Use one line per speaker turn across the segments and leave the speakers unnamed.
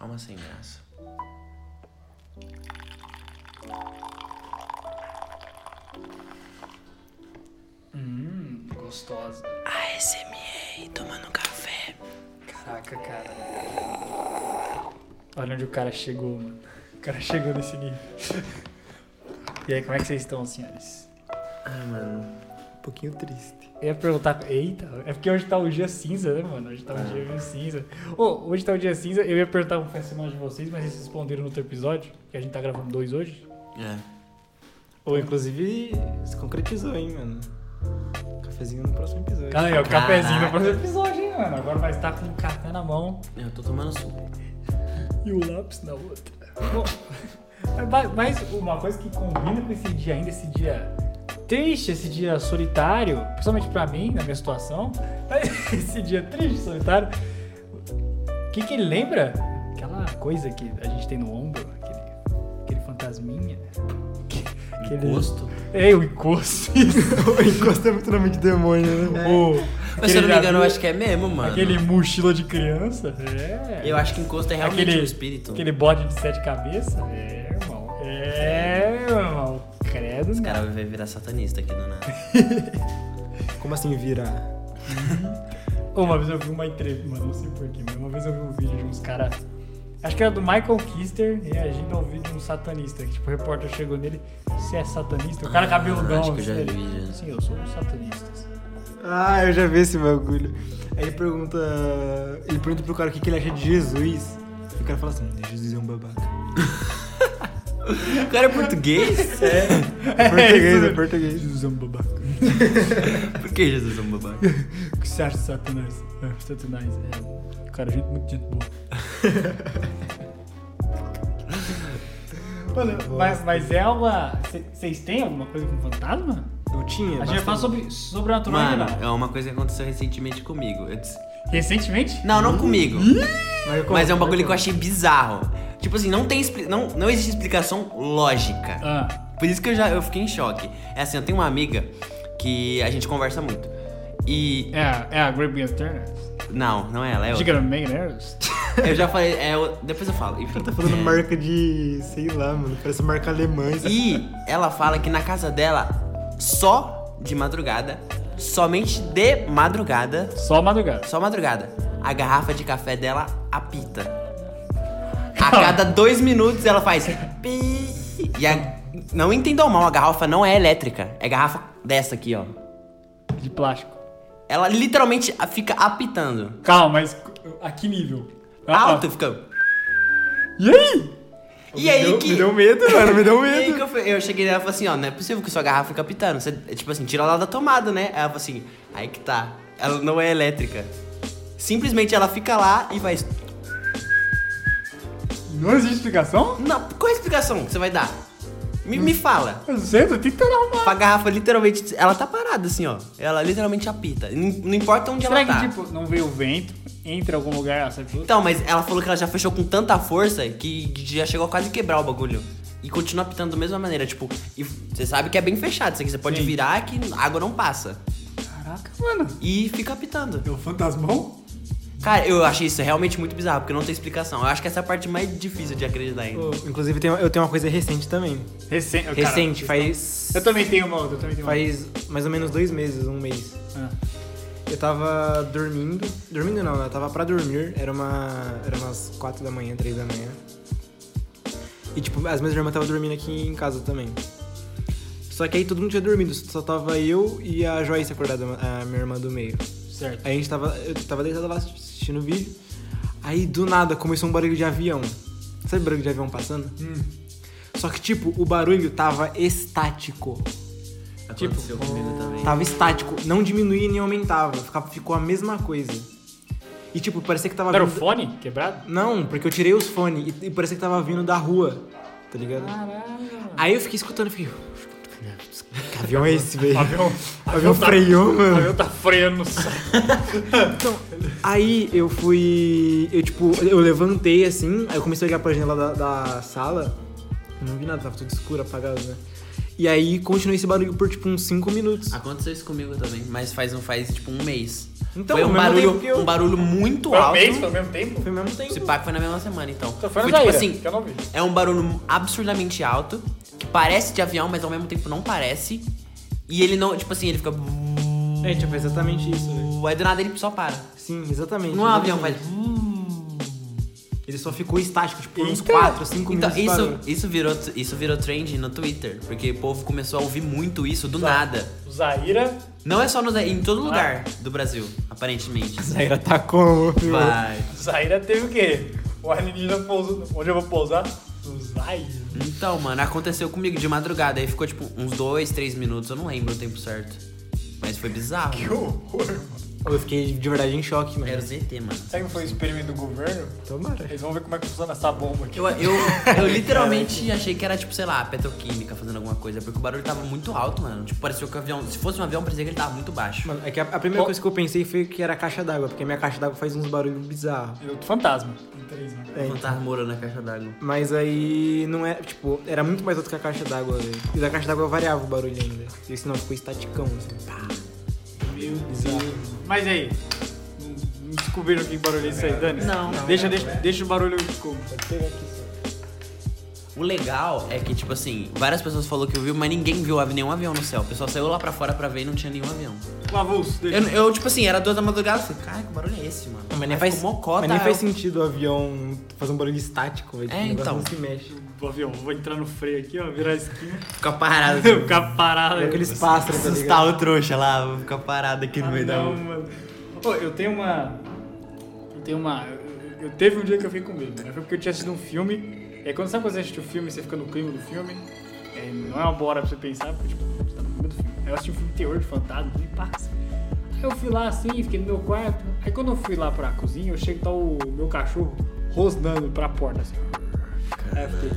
Alma sem graça.
Hum, gostosa.
ASMR tomando café.
Caraca, cara. Olha onde o cara chegou, mano. O cara chegou nesse nível. E aí, como é que vocês estão, senhores?
Ah, mano. Um pouquinho triste.
Eu ia perguntar. Eita, é porque hoje tá um dia cinza, né, mano? Hoje tá um dia meio cinza. Ô, hoje tá um dia cinza. Eu ia perguntar um personagem de vocês, mas vocês responderam no outro episódio, que a gente tá gravando dois hoje.
É.
Ou inclusive se concretizou, hein, mano. Cafezinho no próximo episódio.
Cara, aí, o cafezinho no próximo episódio, hein, mano? Agora vai estar com o café na mão
Eu tô tomando suco.
e o lápis na outra. Bom, mas- mas uma coisa que combina com esse dia ainda, esse dia triste, esse dia solitário, principalmente pra mim, na minha situação, mas esse dia triste, solitário, o que que ele lembra? Aquela coisa que a gente tem no ombro, aquele, aquele fantasminha. que- aquele-
Gosto.
É, o encosto. isso.
O encosto é muito nome de demônio, né?
O-
Mas se eu não me
aquele
engano, eu
navio-
acho que é mesmo, mano.
Aquele mochila de criança. É.
Eu acho que encosto é realmente
Aquele-
um espírito.
Aquele bode de sete cabeças? É, irmão. É, irmão. Credo,
Esse
cara.
cara vai virar satanista aqui do nada.
Como assim virar?
Uma vez eu vi uma entrevista, mano, não sei porquê, mas uma vez eu vi um vídeo de uns caras. Acho que era do Michael Kister reagindo ao vídeo de um satanista. Que, tipo, o repórter chegou nele, você é satanista? O cara
Ah,
cabeludão.
acho que eu já
assim, ele,
vi, já.
Sim, eu sou um satanista.
Ah, eu já vi esse bagulho. Aí ele pergunta. Ele pergunta pro cara o que, que ele acha de Jesus. E o cara fala assim, Jesus é um babaca.
O cara é português?
É português,
isso
é
mesmo.
português.
Jesus é um babaca.
Por que Jesus é um babaca?
O que você acha de Satanás? É, Satanás é. Cara, gente, muito gente boa. Mano, mas, mas é uma. Vocês têm alguma coisa com fantasma?
Eu tinha.
A gente vai falar sobre sobrenatural
Mano,
ainda não.
é uma coisa que aconteceu recentemente comigo. Eu disse-
Recentemente?
Não, não comigo.
Hum?
Mas,
Mas é um bagulho que eu achei bizarro. Tipo assim, não tem expli- não, não existe explicação lógica.
Ah,
Por isso que eu já eu fiquei em choque. É assim, eu tenho uma amiga que a gente conversa muito. E.
é, a- é a Great Beans Turner.
Não, não é ela, é outra.
Giga Millionaires.
Eu já falei, é o- depois eu falo. Enfim.
Tá falando
É.
marca de. sei lá, mano. Parece marca alemã.
E ela fala que na casa dela, só de madrugada, somente de madrugada,
Só madrugada.
só madrugada, a garrafa de café dela apita. A cada dois minutos ela faz pi. E a- não entendam mal, a garrafa não é elétrica. É garrafa dessa aqui, ó.
De plástico.
Ela literalmente fica apitando.
Calma, mas a que nível? Ah,
Alto, fica.
E aí?
E aí
deu,
que.
me deu medo, mano. Me deu
E aí
medo.
que eu, fui- eu cheguei nela e falei assim, ó, não é possível que sua garrafa fica pitando. Você, é tipo assim, tira ela da tomada, né? Aí ela falou assim, aí que tá. Ela não é elétrica. Simplesmente ela fica lá e faz.
Não existe explicação?
Não, qual é a explicação que você vai dar? Me, me fala.
Eu não sei, eu tô tentando arrumar.
A garrafa literalmente. Ela tá parada assim, ó. Ela literalmente apita. Não não importa onde
Será
ela tá.
que, tipo, não veio o vento, entra em algum lugar, sabe?
Então, mas ela falou que ela já fechou com tanta força que já chegou a quase quebrar o bagulho. E continua apitando da mesma maneira, tipo, e você sabe que é bem fechado, isso aqui você pode
Sim.
virar que a água não passa.
Caraca, mano.
E fica apitando.
É o fantasmão?
Cara, eu achei isso realmente muito bizarro, porque não tem explicação. Eu acho que essa é a parte mais difícil de acreditar ainda.
Ô, Inclusive, tem- eu tenho uma coisa recente também.
Recente. cara,
Recente,
vocês
faz.
tão- Eu também tenho uma outra, eu também tenho uma.
Faz mais ou menos dois meses, um mês.
Ah.
Eu tava dormindo. Dormindo não, eu tava pra dormir. Era uma. Era umas 4 da manhã, 3 da manhã. E tipo, as minhas irmãs estavam dormindo aqui em casa também. Só que aí todo mundo tinha dormido, só tava eu e a Joyce acordada, a minha irmã do meio.
Certo.
Aí a gente tava. Eu tava deitado lá assistindo o vídeo. Aí do nada começou um barulho de avião. Sabe barulho de avião passando?
Hum.
Só que tipo, o barulho tava estático. Tipo,
Aconteceu comigo também.
Tava estático, não diminuía nem aumentava, ficava, ficou a mesma coisa. E tipo, parecia que tava
um
Era o
vindo-
fone quebrado?
Não, porque eu tirei os fones e, e parecia que tava vindo da rua, tá ligado?
Ah,
Caralho.
Aí eu fiquei escutando e fiquei. Que avião é esse, velho?
O avião,
O avião freou,
o
mano.
avião tá freando no céu.
Então, aí eu fui. Eu tipo, eu levantei assim, aí eu comecei a olhar pra janela da, da sala. Eu não vi nada, tava tudo escuro, apagado, né? E
Ah,
aí continuei esse barulho por tipo uns 5 minutos.
Aconteceu isso comigo também, mas faz, um- faz tipo um mês.
Então,
foi um
ao mesmo
barulho,
tempo que eu-
um barulho muito
Foi ao
alto.
mesmo, ao mesmo tempo?
Foi ao mesmo tempo.
Esse pack foi na mesma semana, então.
Só foi
foi tipo
na Zaira,
assim,
que eu não vi.
é um barulho absurdamente alto, que parece de avião, mas ao mesmo tempo não parece. E ele não, tipo assim, ele fica.
É, tipo, exatamente isso, velho.
Aí do nada ele só para.
Sim, exatamente.
Não é um avião, mas.
exatamente. Ele só ficou estático, tipo, por uns
Eita!
4, 5
Então,
minutos.
isso,
parou.
isso, virou, isso virou trend no Twitter, porque o povo começou a ouvir muito isso do nada.
O Zaira.
Não é só no, em todo lugar do Brasil, aparentemente.
Zaira tá como, viu?
Vai.
o Zaira teve o quê? O alienígena pousou. Onde eu vou pousar? No Zaira.
Então, mano, aconteceu comigo de madrugada. Aí ficou tipo uns dois, três minutos, eu não lembro o tempo certo. Mas foi bizarro.
Que horror, mano.
Eu fiquei de verdade em choque, mano.
Era o ZT, mano.
Será que foi o experimento do governo?
Tomara.
Eles vão ver como é que funciona essa bomba aqui.
Eu, eu, eu literalmente achei que era, tipo, sei lá, petroquímica fazendo alguma coisa, porque o barulho tava muito alto, mano. Tipo, parecia que o avião. Se fosse um avião, parecia que ele tava muito baixo.
Mano, é que a, a primeira coisa que eu pensei foi que era a caixa d'água, porque minha caixa d'água faz uns barulhos bizarros.
E É outro fantasma. Tem três, né?
É,
Quando tava morando na caixa d'água.
Mas aí não é, tipo, era muito mais alto que a caixa d'água, velho. E da caixa d'água variava o barulho ainda. E senão ficou estaticão, assim.
Meu Deus. Mas e aí? Não Descobriram que barulho é isso aí, Dani?
Não. Não.
Deixa, deixa, deixa o barulho como?
O legal é que, tipo assim, várias pessoas falaram que viu, mas ninguém viu av- nenhum avião no céu. O pessoal saiu lá pra fora pra ver e não tinha nenhum avião.
Um avulso. Deixa.
Eu, eu, tipo assim, era duas da madrugada, eu falei, caralho, que barulho é esse, mano?
Mas nem
Aí
faz,
ficou mocota,
mas nem faz
eu-
sentido o avião fazer um barulho estático, velho.
É,
O negócio
então.
Não se mexe.
O avião, vou entrar no freio aqui, ó, virar a esquina.
Ficar parado.
Eu ficar parado.
É aqueles pássaros, tá
Assustar
ligado?
o trouxa lá, vou ficar parado aqui no
Ah,
meio da
não,
rua.
mano. Ô, eu tenho uma. Eu tenho uma. eu- Eu, eu teve um dia que eu fiquei com medo, né? Foi porque eu tinha assistido um filme. E aí, quando sabe quando você assiste o filme, você fica no clima do filme. é, não é uma boa hora pra você pensar, porque tipo, você tá no clima do filme. Aí eu assisti um filme de terror de fantasma, falei, passa. Aí eu fui lá assim, fiquei no meu quarto. Aí quando eu fui lá pra cozinha, eu chego e tá o meu cachorro rosnando pra porta assim. Aí eu fiquei,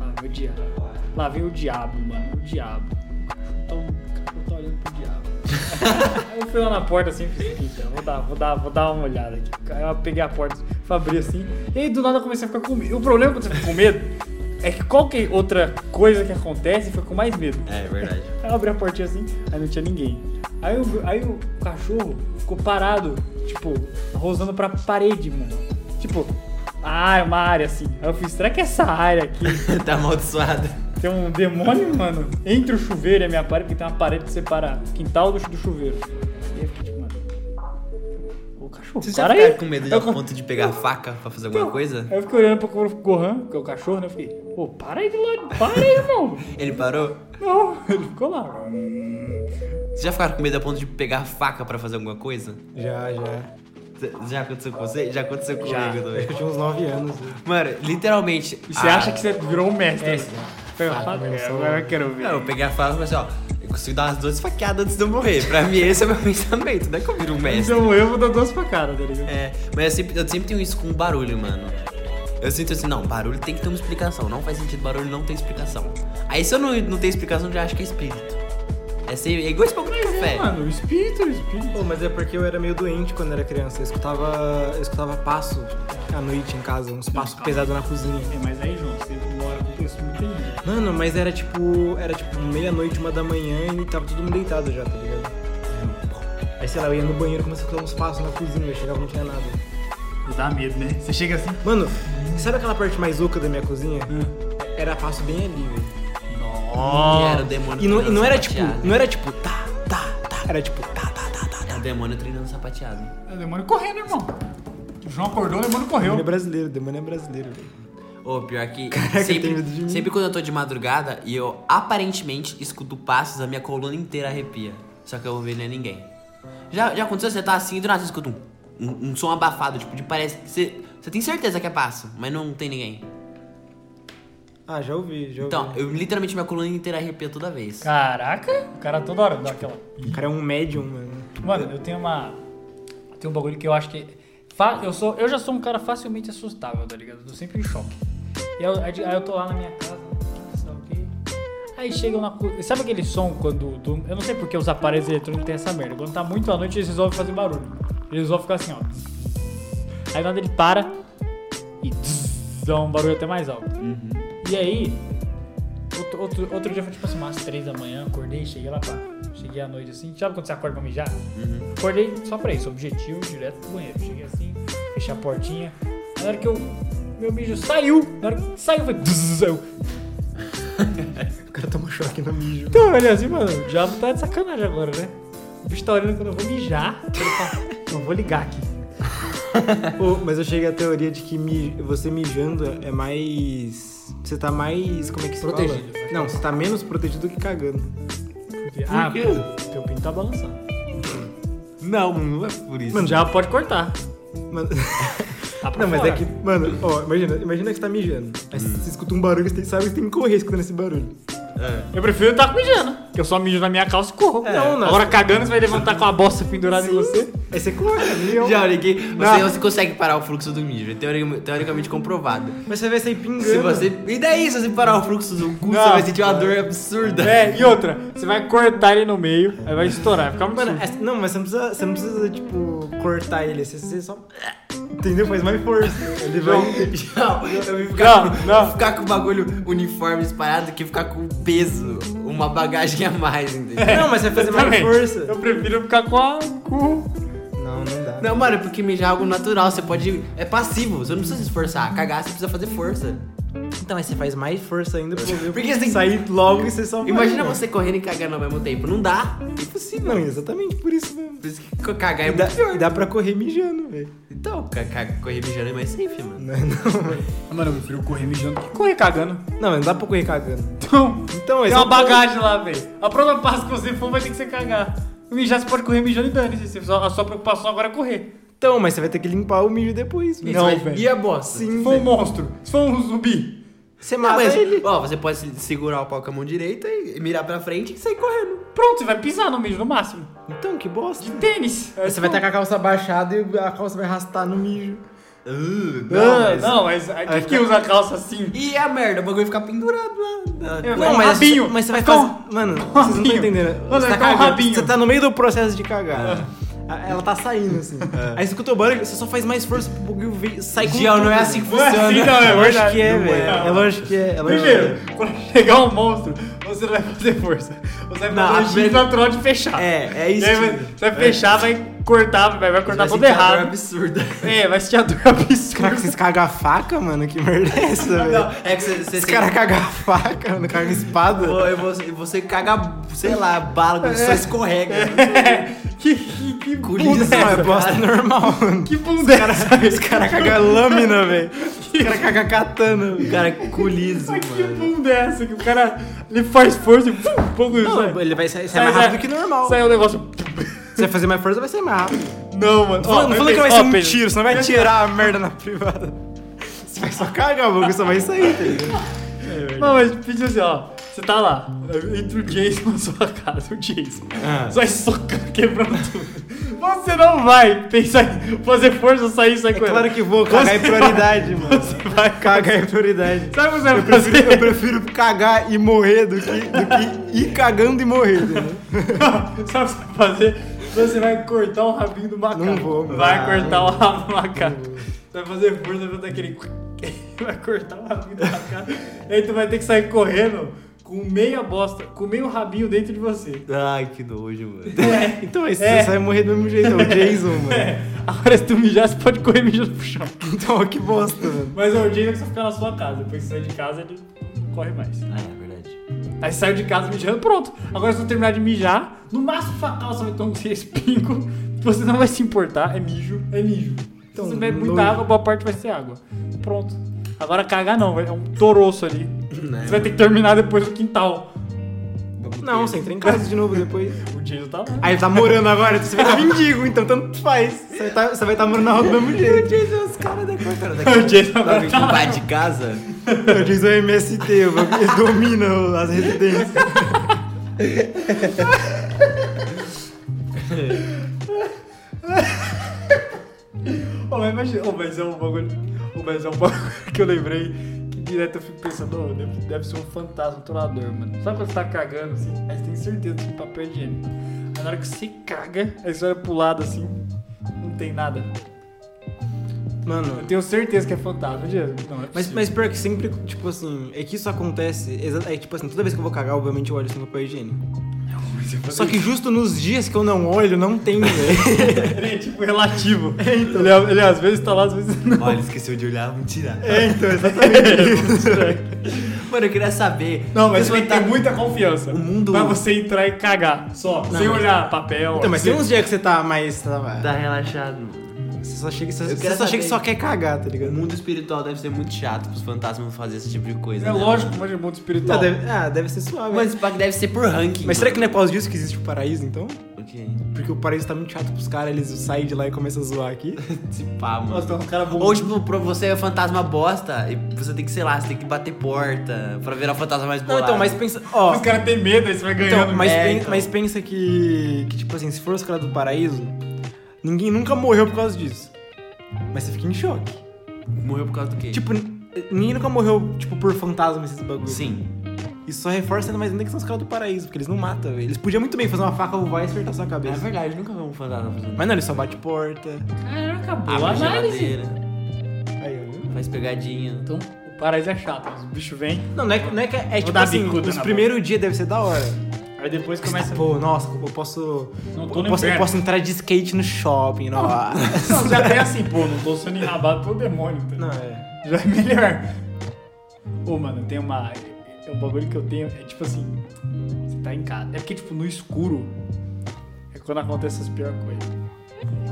ah, meu diabo. Lá vem o diabo, mano, o diabo. Então, o cachorro tá olhando pro diabo. Aí eu fui lá na porta assim, fiz assim, então, vou dar, vou dar, vou dar uma olhada aqui. Aí eu peguei a porta, abri assim, e aí do nada eu comecei a ficar com medo. O problema quando você fica com medo é que qualquer outra coisa que acontece fica com mais medo.
É, verdade.
Aí eu abri a portinha assim, aí não tinha ninguém. Aí o, aí o cachorro ficou parado, tipo, rosando pra parede, mano. Tipo, ah, é uma área assim. Aí eu fiz, será que essa área aqui
tá amaldiçoado.
tem um demônio, mano, entre o chuveiro e a minha parede, porque tem uma parede que separa o quintal do, chu- do chuveiro. E aí eu fiquei tipo, mano. Ô cachorro,
Você já
para
fica
aí.
com medo de
Eu
a
co-
ponto de pegar a faca pra fazer alguma coisa?
Aí eu fiquei olhando pro Gohan, que é o cachorro, né? Eu fiquei, pô, para aí de lado, para aí, irmão.
Ele parou?
Não, ele ficou lá.
Você já ficaram com medo a ponto de pegar a faca pra fazer alguma coisa?
Já, já.
Cê- Já aconteceu com você? Já aconteceu comigo
Já.
Acho
também.
que eu tinha uns 9 anos. né? velho.
Mano, literalmente.
E você
a-
acha que você virou um mestre? É, Foi uma
eu sou-
Agora eu quero ver.
Não, eu peguei a faca e falei assim, ó, eu consigo dar umas duas faqueadas antes de eu morrer. Pra mim, esse é o meu pensamento, não é que eu viro um mestre.
Então eu vou dar duas facadas, tá ligado?
É, mas eu sempre, eu sempre tenho isso com barulho, mano. Eu sinto assim, não, barulho tem que ter uma explicação. Não faz sentido, barulho não tem explicação. Aí se eu não, não tenho explicação, eu já acho que é espírito. É, ser, é igual esse bagulho de café.
Mano, o espírito, o espírito.
Pô, mas é porque eu era meio doente quando era criança. Eu escutava, eu escutava passo à noite em casa, uns passos
calma.
pesados na cozinha.
É, mas aí, João, você mora com o texto muito lindo.
Mano, mas era tipo. Era tipo meia-noite, uma da manhã e tava todo mundo deitado já, tá ligado? Aí sei lá, eu ia no banheiro e começava a escutar uns passos na cozinha, eu chegava e não tinha nada.
Dá medo, né? Você chega assim.
Mano, sabe aquela parte mais oca da minha cozinha?
Hum.
Era passo bem ali, velho.
E era o demônio
E não, e não
treinando
era tipo.
sapateado.
Não era tipo, tá, tá, tá. Era tipo, tá, tá, tá, tá,
É
tá.
o demônio treinando sapateado.
É o demônio correndo, irmão. O João acordou, o demônio
Demônio é
correu.
brasileiro, demônio é brasileiro, velho.
Ô, pior que.
eu tenho
sempre,
medo de mim.
sempre quando eu tô de madrugada e eu aparentemente escuto passos, a minha coluna inteira arrepia. Só que eu ouvi nem ninguém. Já, já aconteceu? Você tá assim e do nada você escuta um, um, um som abafado, tipo, de parece. Você, você tem certeza que é passo, mas não tem ninguém.
Ah, já ouvi, já ouvi.
Então, eu literalmente minha coluna inteira arrepia toda vez.
Caraca, o cara toda hora dá aquela.
O cara é um médium, mano.
Mano, eu tenho uma. Eu tenho um bagulho que eu acho que. fa- Eu, sou, eu já sou um cara facilmente assustável, tá ligado? Eu tô sempre em choque. E eu- aí eu tô lá na minha casa, sei lá o quê. Aí chegam na. co- Sabe aquele som quando. do- eu não sei porque os aparelhos eletrônicos têm essa merda. Quando tá muito à noite, eles resolvem fazer barulho. Eles resolvem ficar assim, ó. Aí nada ele para e dá um barulho até mais alto. E aí, Outro, outro, outro dia foi tipo assim, umas três da manhã, acordei, cheguei lá, pá. Cheguei Cheguei à noite assim. Sabe quando você acorda pra mijar? Acordei só pra isso, objetivo direto pro banheiro. Cheguei assim, fechei a portinha. Na hora que eu. Meu mijo saiu! Na hora que saiu, foi. Zzz, eu-
O cara toma choque no mijo.
Então, olha assim, mano, o diabo tá de sacanagem agora, né? O bicho tá olhando quando eu vou mijar. Ele fala, Não vou ligar aqui.
Pô, mas eu cheguei à teoria de que mi- você mijando é mais. Você tá mais. Como é que se fala?
Protegido.
Não, você tá menos protegido do que cagando.
Porque, ah, pô, teu pinto tá balançando.
Não, não é por isso.
Mano, o diabo pode cortar.
Mano,
Tá pra
não, mas é
fora.
que. Mano, ó, imagina, imagina que você tá mijando. Aí
Hum.
você escuta um barulho, você tem- sabe que você tem que correr escutando esse barulho.
É.
Eu prefiro estar mijando. Que eu só mijo na minha calça e corro.
É, Não, não.
Agora cagando, você vai levantar com a bosta pendurada em você.
Aí você corre, ali, ó.
é Já, ninguém.
Não.
Você não se consegue parar o fluxo do mijo. é teori- Teoricamente comprovado.
Mas você vê você ir pingando.
Se você. E daí, se você parar o fluxo do cu,
Não.
você vai sentir uma dor absurda.
É, e outra, você vai cortar ele no meio, aí vai estourar, um vai ficar muito
Mano,
sujo.
é- não, mas você não precisa, você não precisa tipo, cortar ele. Você, você só. Entendeu? Faz mais força.
é
Ele vai.
Não, eu vim ficar,
Não,
com,
não.
ficar com o bagulho uniforme disparado que ficar com peso, uma bagagem a mais, entendeu?
Não, mas você vai fazer mais
Também.
força.
Eu prefiro ficar com a cu.
Não, não dá.
Não, mano, porque mijar é algo natural, você pode. É passivo, você não precisa se esforçar. Cagar, você precisa fazer força.
Então, aí você faz mais força ainda pro eu
Porque você tem que-
sair logo e você só. vai,
Imagina
né?
você correndo e cagando ao mesmo tempo. Não dá.
é Impossível. Não, exatamente por isso mesmo.
Por isso que co- cagar é
E dá,
muito pior.
e dá pra correr mijando, velho.
Então, ca- ca- correr mijando é mais safe, mano.
Não, não,
Mano, eu prefiro correr mijando que correr cagando.
não, mas não dá pra correr cagando.
Então,
Então,
tem
esse
uma
é o
bagagem lá, velho. A próxima passo que você for vai ter que você cagar. Mijar você pode correr mijando e dane-se. você- A sua preocupação agora é correr.
ponto. Então, mas você vai ter que limpar o mijo depois,
E
velho.
você
Não,
vai-
velho.
E a bosta?
Sim,
Se for um
velho.
monstro, se for um zumbi.
Você
Não,
mata
mas,
ele.
ó, você pode se- segurar o pau com a mão direita e mirar pra frente e sair correndo.
Pronto, você vai pisar no mijo no máximo.
Então, que bosta.
De tênis.
Aí Você vai estar com a calça baixada e a calça vai arrastar no mijo.
Uh,
Não,
mas-
não, mas
Aí
aqui que
fica-
usa calça assim.
E a merda, o bagulho ficar pendurado lá.
Eu-
Não,
um
mas,
rabinho.
mas você vai
Fica um-
fazer. Mano, vocês não
rabinho.
estão entendendo.
Mano,
você,
vai
tá
ficar um
cagando,
rabinho.
você tá no meio do processo de cagar. A- Ela tá saindo assim. Aí você escuta o barulho, você só faz mais força pro bagulho vir- sai com
Giel, não é
tudo.
assim que
Não é
funciona.
assim, não, é
É lógico
verdade.
que é,
Não
velho. É lógico que é. é lógico que é.
Primeiro, pra chegar um monstro, você não vai fazer força. Você vai
Não,
fazer
a
o instinto
primeira-
natural de fechar.
É, é isso.
E aí vai- você vai fechar,
É.
vai cortar, vai, vai
Vai
cortar todo
sentir a dor
errado.
absurda.
É, vai sentir a dor absurda.
Caraca, vocês cagam a faca, mano? Que merda é essa,
Não,
velho?
é que você. você
Esse cara caga a faca, mano, caga a espada.
Pô, e você, e você caga, sei lá, bala, só escorrega.
que, que, que
Colina,
bunda
Não, é
cara.
bosta normal, mano.
Que bunda é essa?
Esse cara caga lâmina, velho. Esse cara caga katana,
O
velho.
cara culizo,
Mas Que
mano.
bunda é essa? Que o cara, ele faz força e... Pum, pum, sai.
ele vai sair,
Sai,
mais rápido
sai.
que normal.
Sai o negócio...
Você vai fazer mais força, vai sair mais rápido.
Não, mano. é- Ó, é-
Falando, falando que vai
ó,
ser um
Pedro,
tiro, você não vai tirar a merda na privada. Você vai só cagar, o bagulho só vai sair, tá ligado?
Não, mas pediu assim, ó. Você tá lá, entre o Jason na sua casa, o Jason. Você vai socando, quebrando tudo. Você não vai pensar em fazer força, sair, sair
É
coisa.
claro que vou, cagar é prioridade, mano.
Você vai
Cagar é prioridade.
Sabe o que você vai
Eu prefiro, eu
fazer?
prefiro cagar e morrer do que, do que ir cagando e morrer, né? entendeu?
Sabe o que você vai fazer? Você vai cortar o rabinho do macaco.
Não vou, mano.
Vai
Ah,
cortar o rabo do macaco. Você vai fazer força, vai fazer aquele... Vai cortar o rabinho do macaco. E aí tu vai ter que sair correndo com meia bosta, com meio rabinho dentro de você.
Ai, que nojo, mano.
Então é isso,
É.
você vai morrer do mesmo jeito, é o Jason, mano.
Agora se tu mijar, você pode correr mijando pro chão.
Então, que bosta, mano.
Mas é o dia que você fica na sua casa, depois que você sai de casa, ele não corre mais.
Ah, é verdade.
Aí saiu de casa mijando, pronto. Agora se eu terminar de mijar, no máximo sua calça vai ter um respingo. Você não vai se importar, é mijo, é mijo. Então,
Então,
se você beber muita
nojo.
água, boa parte vai ser água. Pronto. Agora cagar não, vai- é um toroço ali. Você vai ter que terminar depois do quintal.
Não, você entra em casa de novo depois.
O Jason tá lá.
Aí ele tá morando agora, então você vai estar mendigo, então tanto faz. Você vai tá- você vai estar morando na rua do mesmo jeito. O Jason é os caras da
Cara,
O
daqui
Jason
Sabe
agora
que
tá lá.
vai de casa?
O Jason é MST, o bagulho- ele domina as residências.
Ô, mas imagina, ô, mas é um bagulho. ô, mas é um bagulho que eu lembrei que direto eu fico pensando, ô, deve, deve ser um fantasma atorador, mano. Sabe quando você tá cagando assim? Aí você tem certeza que é papel higiênico. Aí na hora que você caga, aí você olha pro lado assim, não tem nada. Eu
Mano,
tenho certeza que é fantasma, Diego. Não, é
mas,
possível.
mas pior que sempre, assim tipo assim, é que isso acontece. exa- É tipo assim, toda vez que eu vou cagar, obviamente eu olho isso no papel higiênico.
coisa pra
Só que justo nos dias que eu não olho, não tem, velho.
ele é tipo relativo.
então.
Ele, é- ele às vezes tá lá, às vezes não.
Olha, esqueceu de olhar, vamos tirar.
É, então, exatamente.
Mano, eu queria saber.
Não, mas
Vocês
tem que
vão
ter
tá-
muita confiança.
O mundo-
Pra você entrar e cagar, só. sem
mas-
olhar papel. assim.
Então, mas
sem-
tem uns dias que você tá mais. Tá,
Tá relaxado.
Você só chega,
Eu
você,
quero
você só chega
saber.
e só quer cagar, tá
O
ligado?
mundo espiritual deve ser muito chato pros fantasmas fazer esse tipo de coisa.
É
né?
lógico, mas é mundo
Ah,
espiritual.
deve, ah, deve ser suave.
Mas pá, que deve ser por ranking.
Mas será que não é por causa disso que existe o paraíso, então?
não é. Ok.
Porque o paraíso tá muito chato pros caras, eles saem de lá e começam a zoar aqui.
Se pá, mano.
Nossa, tem uns caras bons.
Ou tipo, pra você é fantasma bosta e você tem que, sei lá, você tem que bater porta pra virar o fantasma mais
Não,
bolado.
então, mas pensa. Ó,
Os caras têm medo, aí você vai ganhando.
então, mas,
É,
pen-
então.
mas pensa que, que, tipo assim, se for os caras do paraíso, ninguém nunca morreu por causa disso. Mas você fica em choque.
Morreu por causa do quê?
Tipo, n- ninguém nunca morreu, tipo, por fantasma esses bagulhos.
Sim.
Isso só reforça ainda mais ainda que são os caras do paraíso, porque eles não matam, velho. Eles podiam muito bem fazer uma faca voar e acertar sua
É
cabeça.
verdade, nunca vi um fantasma fazendo.
Mas não, ele só bate porta.
Caramba, acabou
Abre
a
a
análise.
geladeira,
Aí, ó.
faz pegadinha.
Então, o paraíso é chato, mas o bicho vem,
Não, não é, que- não é que é,
Vou
tipo
dar
assim,
bicuda
os
na
primeiros dias deve ser da hora.
aí depois
Você
começa.
tá, Pô, nossa, eu posso.
Não tô
eu
no
posso, eu
inferno.
posso entrar de skate no shopping, nossa.
Não, já tem assim, pô, não tô sendo enrabado pelo demônio. Tá?
não, é.
Já é melhor. Ô, mano, tem uma. É um bagulho que eu tenho. É tipo assim. Você tá em casa. É porque, tipo, no escuro. É quando acontece as piores coisas.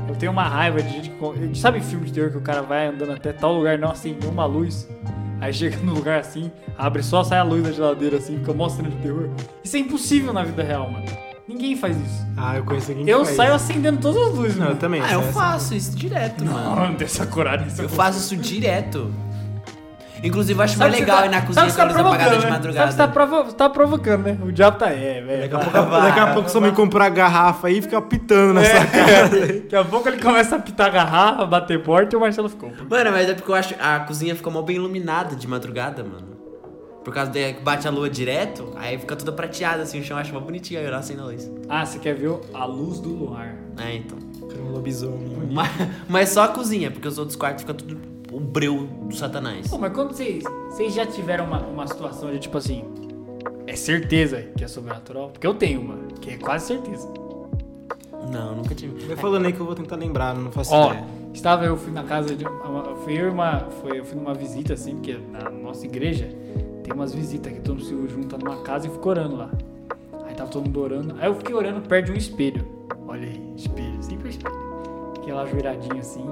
Eu tenho uma raiva de gente. que con- Sabe filme de terror que o cara vai andando até tal lugar, não acende nenhuma luz? Aí chega no lugar assim, abre só, sai a luz da geladeira assim, fica mostrando de terror. Isso é impossível na vida real, mano. Ninguém faz isso.
Ah, eu conheço alguém que
Eu
faz.
saio acendendo todas as luzes,
Não,
mano.
eu também.
Ah, eu
saio assim.
faço isso direto, mano.
Mano, dessa coragem. dessa
Eu
coragem.
faço isso direto. Inclusive, eu acho
Sabe
mais
que
é legal
tá-
ir na
sabe
cozinha
que
com a luz
provocando,
apagada de
né?
madrugada.
Sabe que tá, provo- tá provocando, né? O diabo tá. É, velho.
Daqui a pouco, daqui a pouco sua mãe comprar a garrafa aí e fica pitando na
É.
sua cara.
Daqui a pouco ele começa a pitar a garrafa, bater porta e o Marcelo ficou.
Mano, mas é porque eu acho a cozinha fica mal bem iluminada de madrugada, mano. Por causa de que bate a lua direto, aí fica toda prateada, assim, o chão acha uma bonitinha, eu assim na luz.
Ah, você quer ver o- a luz do luar?
É, então.
Cara, um lobisomem.
Mas, mas só a cozinha, porque os outros quartos ficam tudo o breu do satanás.
Pô, mas quando vocês, vocês já tiveram uma, uma situação de tipo assim. É certeza que é sobrenatural? Porque eu tenho uma, que é quase certeza.
Não, nunca tive.
Vai falando aí que eu vou tentar lembrar, não faço
Ó,
ideia.
estava eu fui na casa de uma, fui eu e uma foi eu fui numa visita assim porque na nossa igreja tem umas visitas que todo mundo se junta numa casa e fica orando lá. Aí tava todo mundo orando. Aí eu fiquei orando perto de um espelho. Olha aí, espelho, sempre é espelho. Fiquei lá ajoelhadinho assim,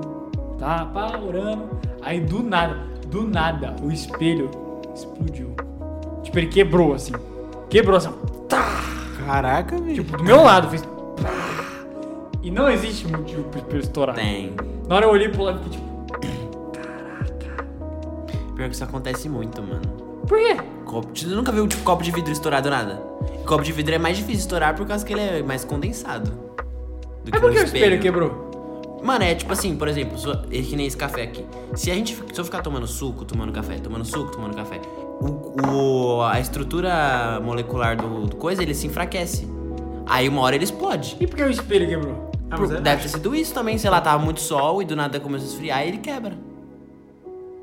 tá, pá, orando. Aí do nada, do nada, o espelho explodiu. Tipo, ele quebrou assim. Quebrou assim.
Caraca, velho.
Tipo, do meu lado, fez. E não existe motivo pro espelho estourar.
Tem.
Na hora eu olhei pro lado e fiquei tipo.
Pior que isso acontece muito, mano.
Por quê?
Copo, tu nunca viu tipo, copo de vidro estourar do nada? Copo de vidro é mais difícil estourar por causa que ele é mais condensado. Do
É
um
porque o espelho quebrou.
Mano, é tipo assim, por exemplo, sua- é que nem esse café aqui. Se a gente, fi- se eu ficar tomando suco, tomando café, tomando suco, tomando café, o, o- a estrutura molecular do, do coisa, ele se enfraquece. Aí uma hora ele explode.
E por que o espelho quebrou?
Ah,
Por-
mas é-
deve ter sido isso também, sei lá, tava muito sol e do nada começou a esfriar e ele quebra.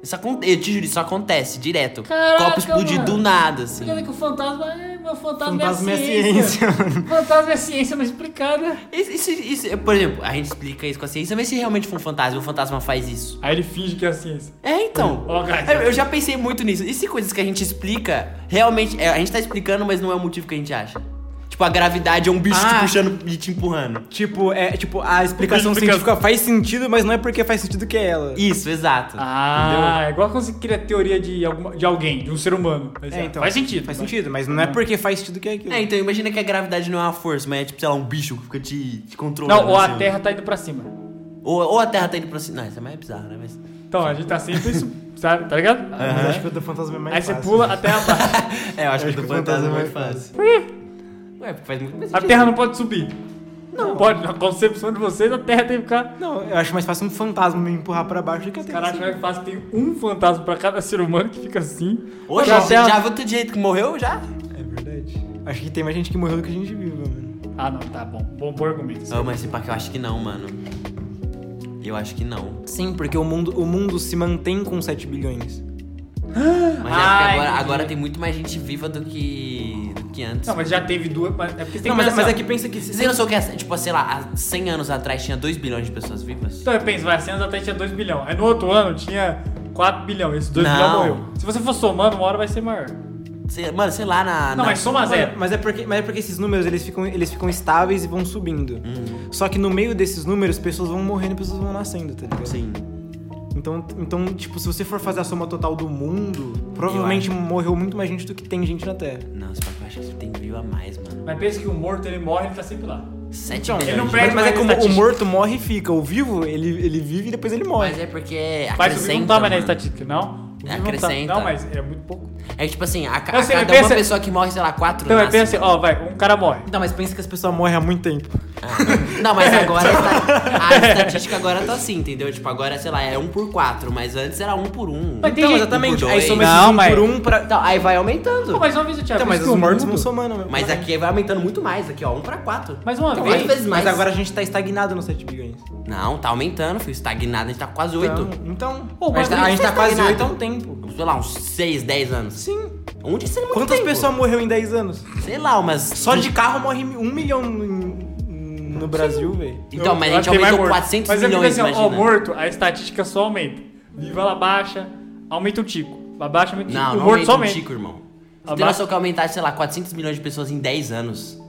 Isso acontece, eu te juro, isso acontece direto.
Caraca,
Copo explodir
mano.
do nada, assim.
Você que o fantasma é. Meu fantasma,
Fantasma
é
é
ciência.
ciência.
fantasma é ciência não explicada.
Isso, isso- isso- por exemplo, a gente explica isso com a ciência, mas se realmente for um fantasma, o fantasma faz isso.
Aí ele finge que é a ciência.
É, então.
Ó, guys.
eu, eu já pensei muito nisso. E se coisas que a gente explica, realmente. é, a gente tá explicando, mas não é o motivo que a gente acha. Tipo, a gravidade é um bicho te
Ah.
puxando e te empurrando.
Tipo, é, tipo, a explicação
Fica-
científica faz sentido, mas não é porque faz sentido que é ela.
Isso, exato.
Ah, é igual quando você cria a teoria de, alguma- de alguém, de um ser humano. Mas,
É,
ah,
então,
faz sentido.
Faz
mas-
sentido, mas não é porque faz sentido que é aquilo.
É, então imagina que a gravidade não é uma força, mas é tipo, sei lá, um bicho que fica te, te controlando.
Não, ou a
assim.
Terra tá indo pra cima.
Ou, ou a Terra tá indo pra cima. Não, isso é mais bizarro, né? Mas.
Então, a gente tá sempre isso, sabe? Tá ligado?
Mas acho que o do fantasma é mais
Aí você
fácil.
pula, a Terra baixa.
É, eu acho,
Acho
que o do fantasma é mais fácil. Ué, porque faz muito mais
A
sentido.
Terra não pode subir. Não. pode, na concepção de vocês, a Terra tem que ficar...
Não, eu acho mais fácil um fantasma me empurrar pra baixo do que a Terra.
Caraca, é fácil. Tem um fantasma pra cada ser humano que fica assim.
Oxe,
Não,
você
Terra-
já viu do jeito que morreu já?
É verdade. Acho que tem mais gente que morreu do que a gente viu, mano.
Ah, não, tá bom. Bom por argumento.
Ah, mas esse que eu acho que não, mano. Eu acho que não.
Sim, porque o mundo, o mundo se mantém com 7 bilhões.
Mas é porque
Ai,
agora,
entendi.
agora tem muito mais gente viva do que, do que antes.
Não, mas já teve duas. Mas é porque tem
Não, mas,
que pensar.
mas é que pensa que. Você não sei o que é. Tipo, sei lá, há 100 anos atrás tinha 2 bilhões de pessoas vivas.
Então eu penso, vai, Cenas até tinha 2 bilhão. Aí no outro ano tinha 4 bilhão. Esse 2
Não. Ah,
bilhão morreu. Se você for somando, uma hora vai ser maior.
Sei- mano, sei lá, na.
Não,
na-
mas soma
Mas,
zero.
mas é porque, mas é porque esses números eles ficam, eles ficam estáveis e vão subindo. Só que no meio desses números, pessoas vão morrendo e pessoas vão nascendo, tá ligado?
Sim.
Então, então, tipo, se você for fazer a soma total do mundo, provavelmente morreu muito mais gente do que tem gente na Terra.
Não, esse papo eu acho que tem mil a mais, mano.
Mas pensa que o morto ele morre, ele tá sempre lá.
7
Então,
bilhões.
não
de-
perde
mas, mas é
mais
como o
estatística.
morto morre e fica, o vivo, ele, ele vive e depois ele morre.
Mas é porque.
Vai subir, não
acrescenta,
tá mais na
mano.
estatística, não? O
É,
vivo não tá-
acrescenta.
Não, mas é muito pouco.
É que, tipo assim, a, ca-
Eu
a
sei, mas
cada uma
Então pensa-
pessoa que morre, sei lá, quatro
Então é
nascem.
pensa assim, ó, vai, um cara morre.
Então, mas pensa que as pessoas morrem há muito tempo.
Não, mas agora tá- a estatística agora tá assim, entendeu? Tipo, agora, sei lá, é um por quatro, mas antes era um por um.
Mas tem
então,
gente-
exatamente.
Aí
Aí soma
soma
Não,
esses um
mas-
por um pra...
então, aí vai aumentando.
Pô, mas uma vez eu tinha
Então, mas
visto
os
que o
mortos
mundo-
vão somando. meu.
Mas é aqui vai aumentando muito mais, aqui, ó, um pra quatro.
Mas uma
Então,
vez-
oito vezes mais.
Mas agora a gente tá estagnado nos 7 bilhões.
Não, tá aumentando, filho. Estagnado, a gente tá quase oito.
Então, então
Pô, mas
a gente tá, a gente tá quase
estagnado.
oito há um tempo.
Sei lá, uns seis, dez anos.
Sim.
Onde você não
Quantas pessoas morreram em 10 anos?
Sei lá, mas.
Só de carro morre um milhão em- no Brasil, velho.
Então, mas
Eu
a gente
acho que tem mais
aumentou
morto.
400
mas
milhões,
Mas assim, ó, ó,
imagina.
morto, a estatística só aumenta. Viva, ela baixa, aumenta o tico. Ela baixa, aumenta o tico.
Não,
o
não
morto
aumenta
só
um
aumenta.
tico, irmão. Você tem
Abaixa-
noção que aumentar, sei lá, 400 milhões de pessoas em 10 anos.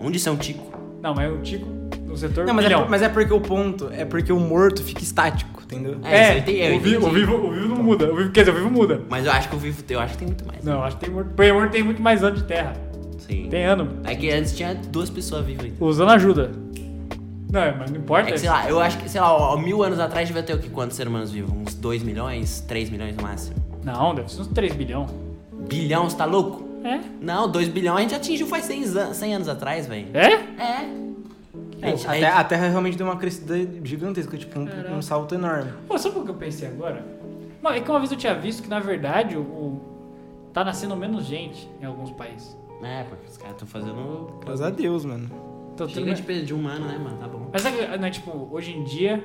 Onde isso é um tico?
Não, mas o tico no setor
Não, mas é,
bilhão.
por- mas é porque o ponto é porque o morto fica estático, entendeu?
É, isso
É,
eu entendi, eu
o, vivo, o,
entendi.
vivo, o vivo não muda. O vivo, quer dizer, o vivo muda.
Mas eu acho que o vivo, eu acho que tem muito mais.
Não, acho que tem morto. Porque morto tem muito mais ano de terra.
Sim.
Tem ano.
É que antes tinha duas pessoas vivas. então.
Usando ajuda. Não, é, mas não importa.
É que, sei lá, eu acho que, sei lá, ó, mil anos atrás devia ter o que? Quantos seres humanos vivos? Uns 2 milhões? 3 milhões no máximo?
Não, deve ser uns 3 bilhão.
Bilhão, você tá louco?
É?
Não, 2 bilhões a gente atingiu faz 100 anos, 100 anos atrás, velho.
É?
É. A gente-
É, A,
a
Te-
gente-
a Terra realmente deu uma crescida gigantesca, tipo, um, um salto enorme.
Pô, sabe o que eu pensei agora? Mano, É que uma vez eu tinha visto que, na verdade, o, o- tá nascendo menos gente em alguns países.
É, porque os caras estão fazendo.
Graças a Deus, mano.
Então, tudo
Chega de
bem.
peso de humano, né, mano? Tá bom.
Mas sabe, né, tipo, hoje em dia,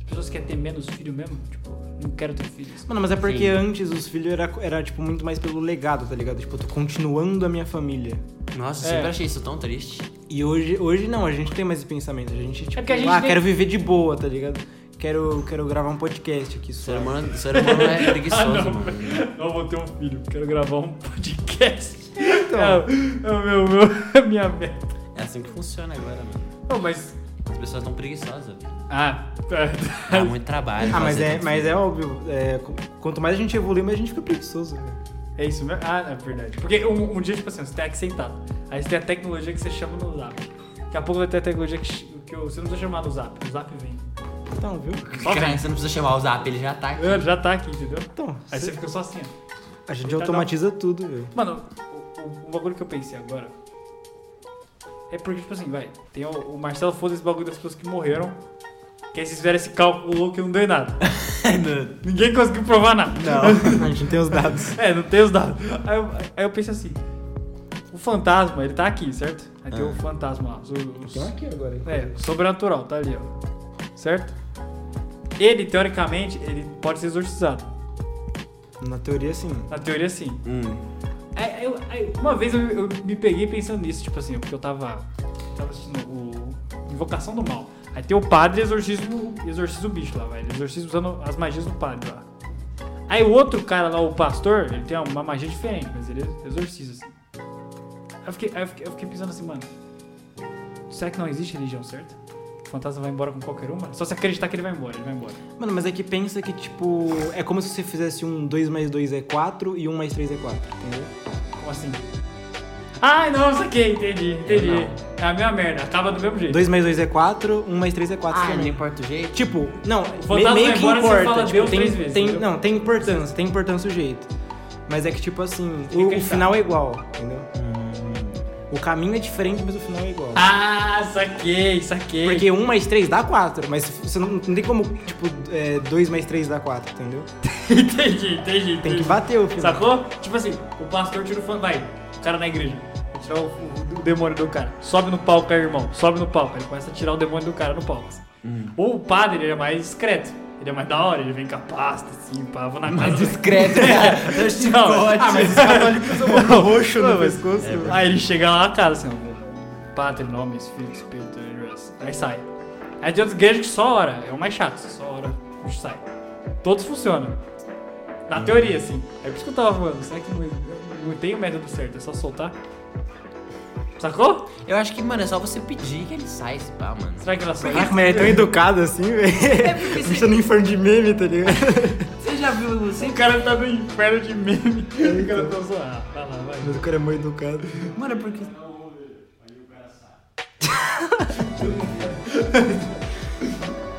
as pessoas querem ter menos filho mesmo. Tipo, não quero ter filhos.
Mano, mas é porque
Sim.
antes os filhos era, era, tipo, muito mais pelo legado, tá ligado? Tipo, eu tô continuando a minha família.
Nossa, eu
É.
sempre achei isso tão triste.
E hoje, hoje não, a gente tem mais esse pensamento. A gente, tipo,
É porque a gente
ah,
tem-
quero viver de boa, tá ligado? Quero, quero gravar um podcast aqui.
O
Só.
ser humano, o ser humano é
Ah,
preguiçoso,
não,
mano.
não vou ter um filho. Quero gravar um podcast.
Então.
É, é o meu, meu, é a minha meta.
É assim que funciona agora, mano.
Não, mas.
As pessoas estão preguiçosas. velho.
Ah, tá.
Dá muito trabalho.
Ah, mas
fazer
é,
tanto
mas
filho.
é óbvio. é, qu- quanto mais a gente evolui, mais a gente fica preguiçoso, né? velho.
É isso mesmo? Ah, é verdade. Porque um, um dia, tipo assim, você tem aqui sentado. Aí você tem a tecnologia que você chama no zap. Daqui a pouco vai ter a tecnologia que, ch- que eu- você não precisa chamar no zap. O zap vem.
Então, viu?
Só
Cara,
vem.
você não precisa chamar o zap, ele já tá aqui.
Ah, Já tá aqui, entendeu?
Então,
Aí
cê-
você fica só assim, ó.
a gente automatiza tudo, velho.
Mano, o, o- o bagulho que eu pensei agora é porque, tipo assim, vai, tem o, o Marcelo foda esse bagulho das pessoas que morreram. Que aí vocês fizeram esse cálculo louco e não deu em nada. Ninguém conseguiu provar nada.
Não, a gente não tem os dados.
É, não tem os dados. Aí eu, aí eu pensei assim: o fantasma, ele tá aqui, certo? Aí tem o fantasma lá. Os, os-
Então aqui agora.
é, o sobrenatural, tá ali, ó. Certo? Ele, teoricamente, ele pode ser exorcizado.
Na teoria, sim.
Na teoria, sim.
Hum.
Aí, É, eu- aí, uma vez eu, eu me peguei pensando nisso, tipo assim, porque eu tava, tava assistindo o Invocação do Mal. Aí tem o padre exorcismo, exorciza o bicho lá, velho. Exorcismo usando as magias do padre lá. Aí o outro cara lá, o pastor, ele tem uma magia diferente, mas ele exorciza assim. Aí eu fiquei, aí eu fiquei, eu fiquei pensando assim, mano. Será que não existe religião certa? O fantasma vai embora com qualquer uma? Só se acreditar que ele vai embora, ele vai embora.
Mano, mas é que pensa que, tipo, é como se você fizesse um 2 mais 2 é 4 e 1 mais 3 é 4, entendeu?
Como assim? Ai, não, saquei, entendi, entendi.
não.
É a minha merda, acaba do mesmo jeito.
2 mais 2 é 4, 1 mais 3 é 4
Ah, não
também.
importa o jeito.
Tipo, não, me,
fantasma
meio
vai
que
embora, você
importa.
fala
tipo,
Deus
tem,
três vezes,
tem-
entendeu?
não, tem importância, tem importância o jeito. Mas é que, tipo assim,
que
o, o
acreditar. Hum.
final é igual, entendeu? O caminho é diferente, mas o final é igual.
Ah, saquei, saquei.
Porque 1 mais 3 dá 4, mas você não, não tem como, tipo, 2 mais 3 dá 4, entendeu?
entendi, entendi, entendi.
Tem que bater né? o final.
Sacou? Tipo assim, o pastor tira o fã. Vai, o cara na igreja. vai Tirar o, o- o demônio do cara. Sobe no palco aí, irmão. Sobe no palco. Ele começa a tirar o demônio do cara no palco.
Hum.
O padre, ele é mais discreto. Ele é mais da hora, ele vem com a pasta, assim, pá, vou na casa.
Mais discreto,
né?
cara. Eu chicote.
Ah, mas os católicos são
Não, roxo né?
Não,
no
mas-
pescoço.
Aí ele chega lá na casa, assim, ó, Pater, nomes, filhos, espírito, universo. Aí sai. Aí tem outros igrejas que só ora, é o mais chato, só ora, o bicho sai. Todos funcionam. Na teoria, assim. É por isso que eu tava falando, será que não, não tem o método certo? É só soltar? Sacou?
Eu acho que, mano, é só você pedir que ele saia esse pá, mano.
Será que ela só.
Caraca, mas ele é tão educado assim, velho.
porque
A gente tá no inferno de meme, tá ligado?
Você já viu você?
O cara tá no inferno de meme. O cara tá zoando. Ah, vai lá, vai.
Mas o cara é muito educado.
Mano, porque.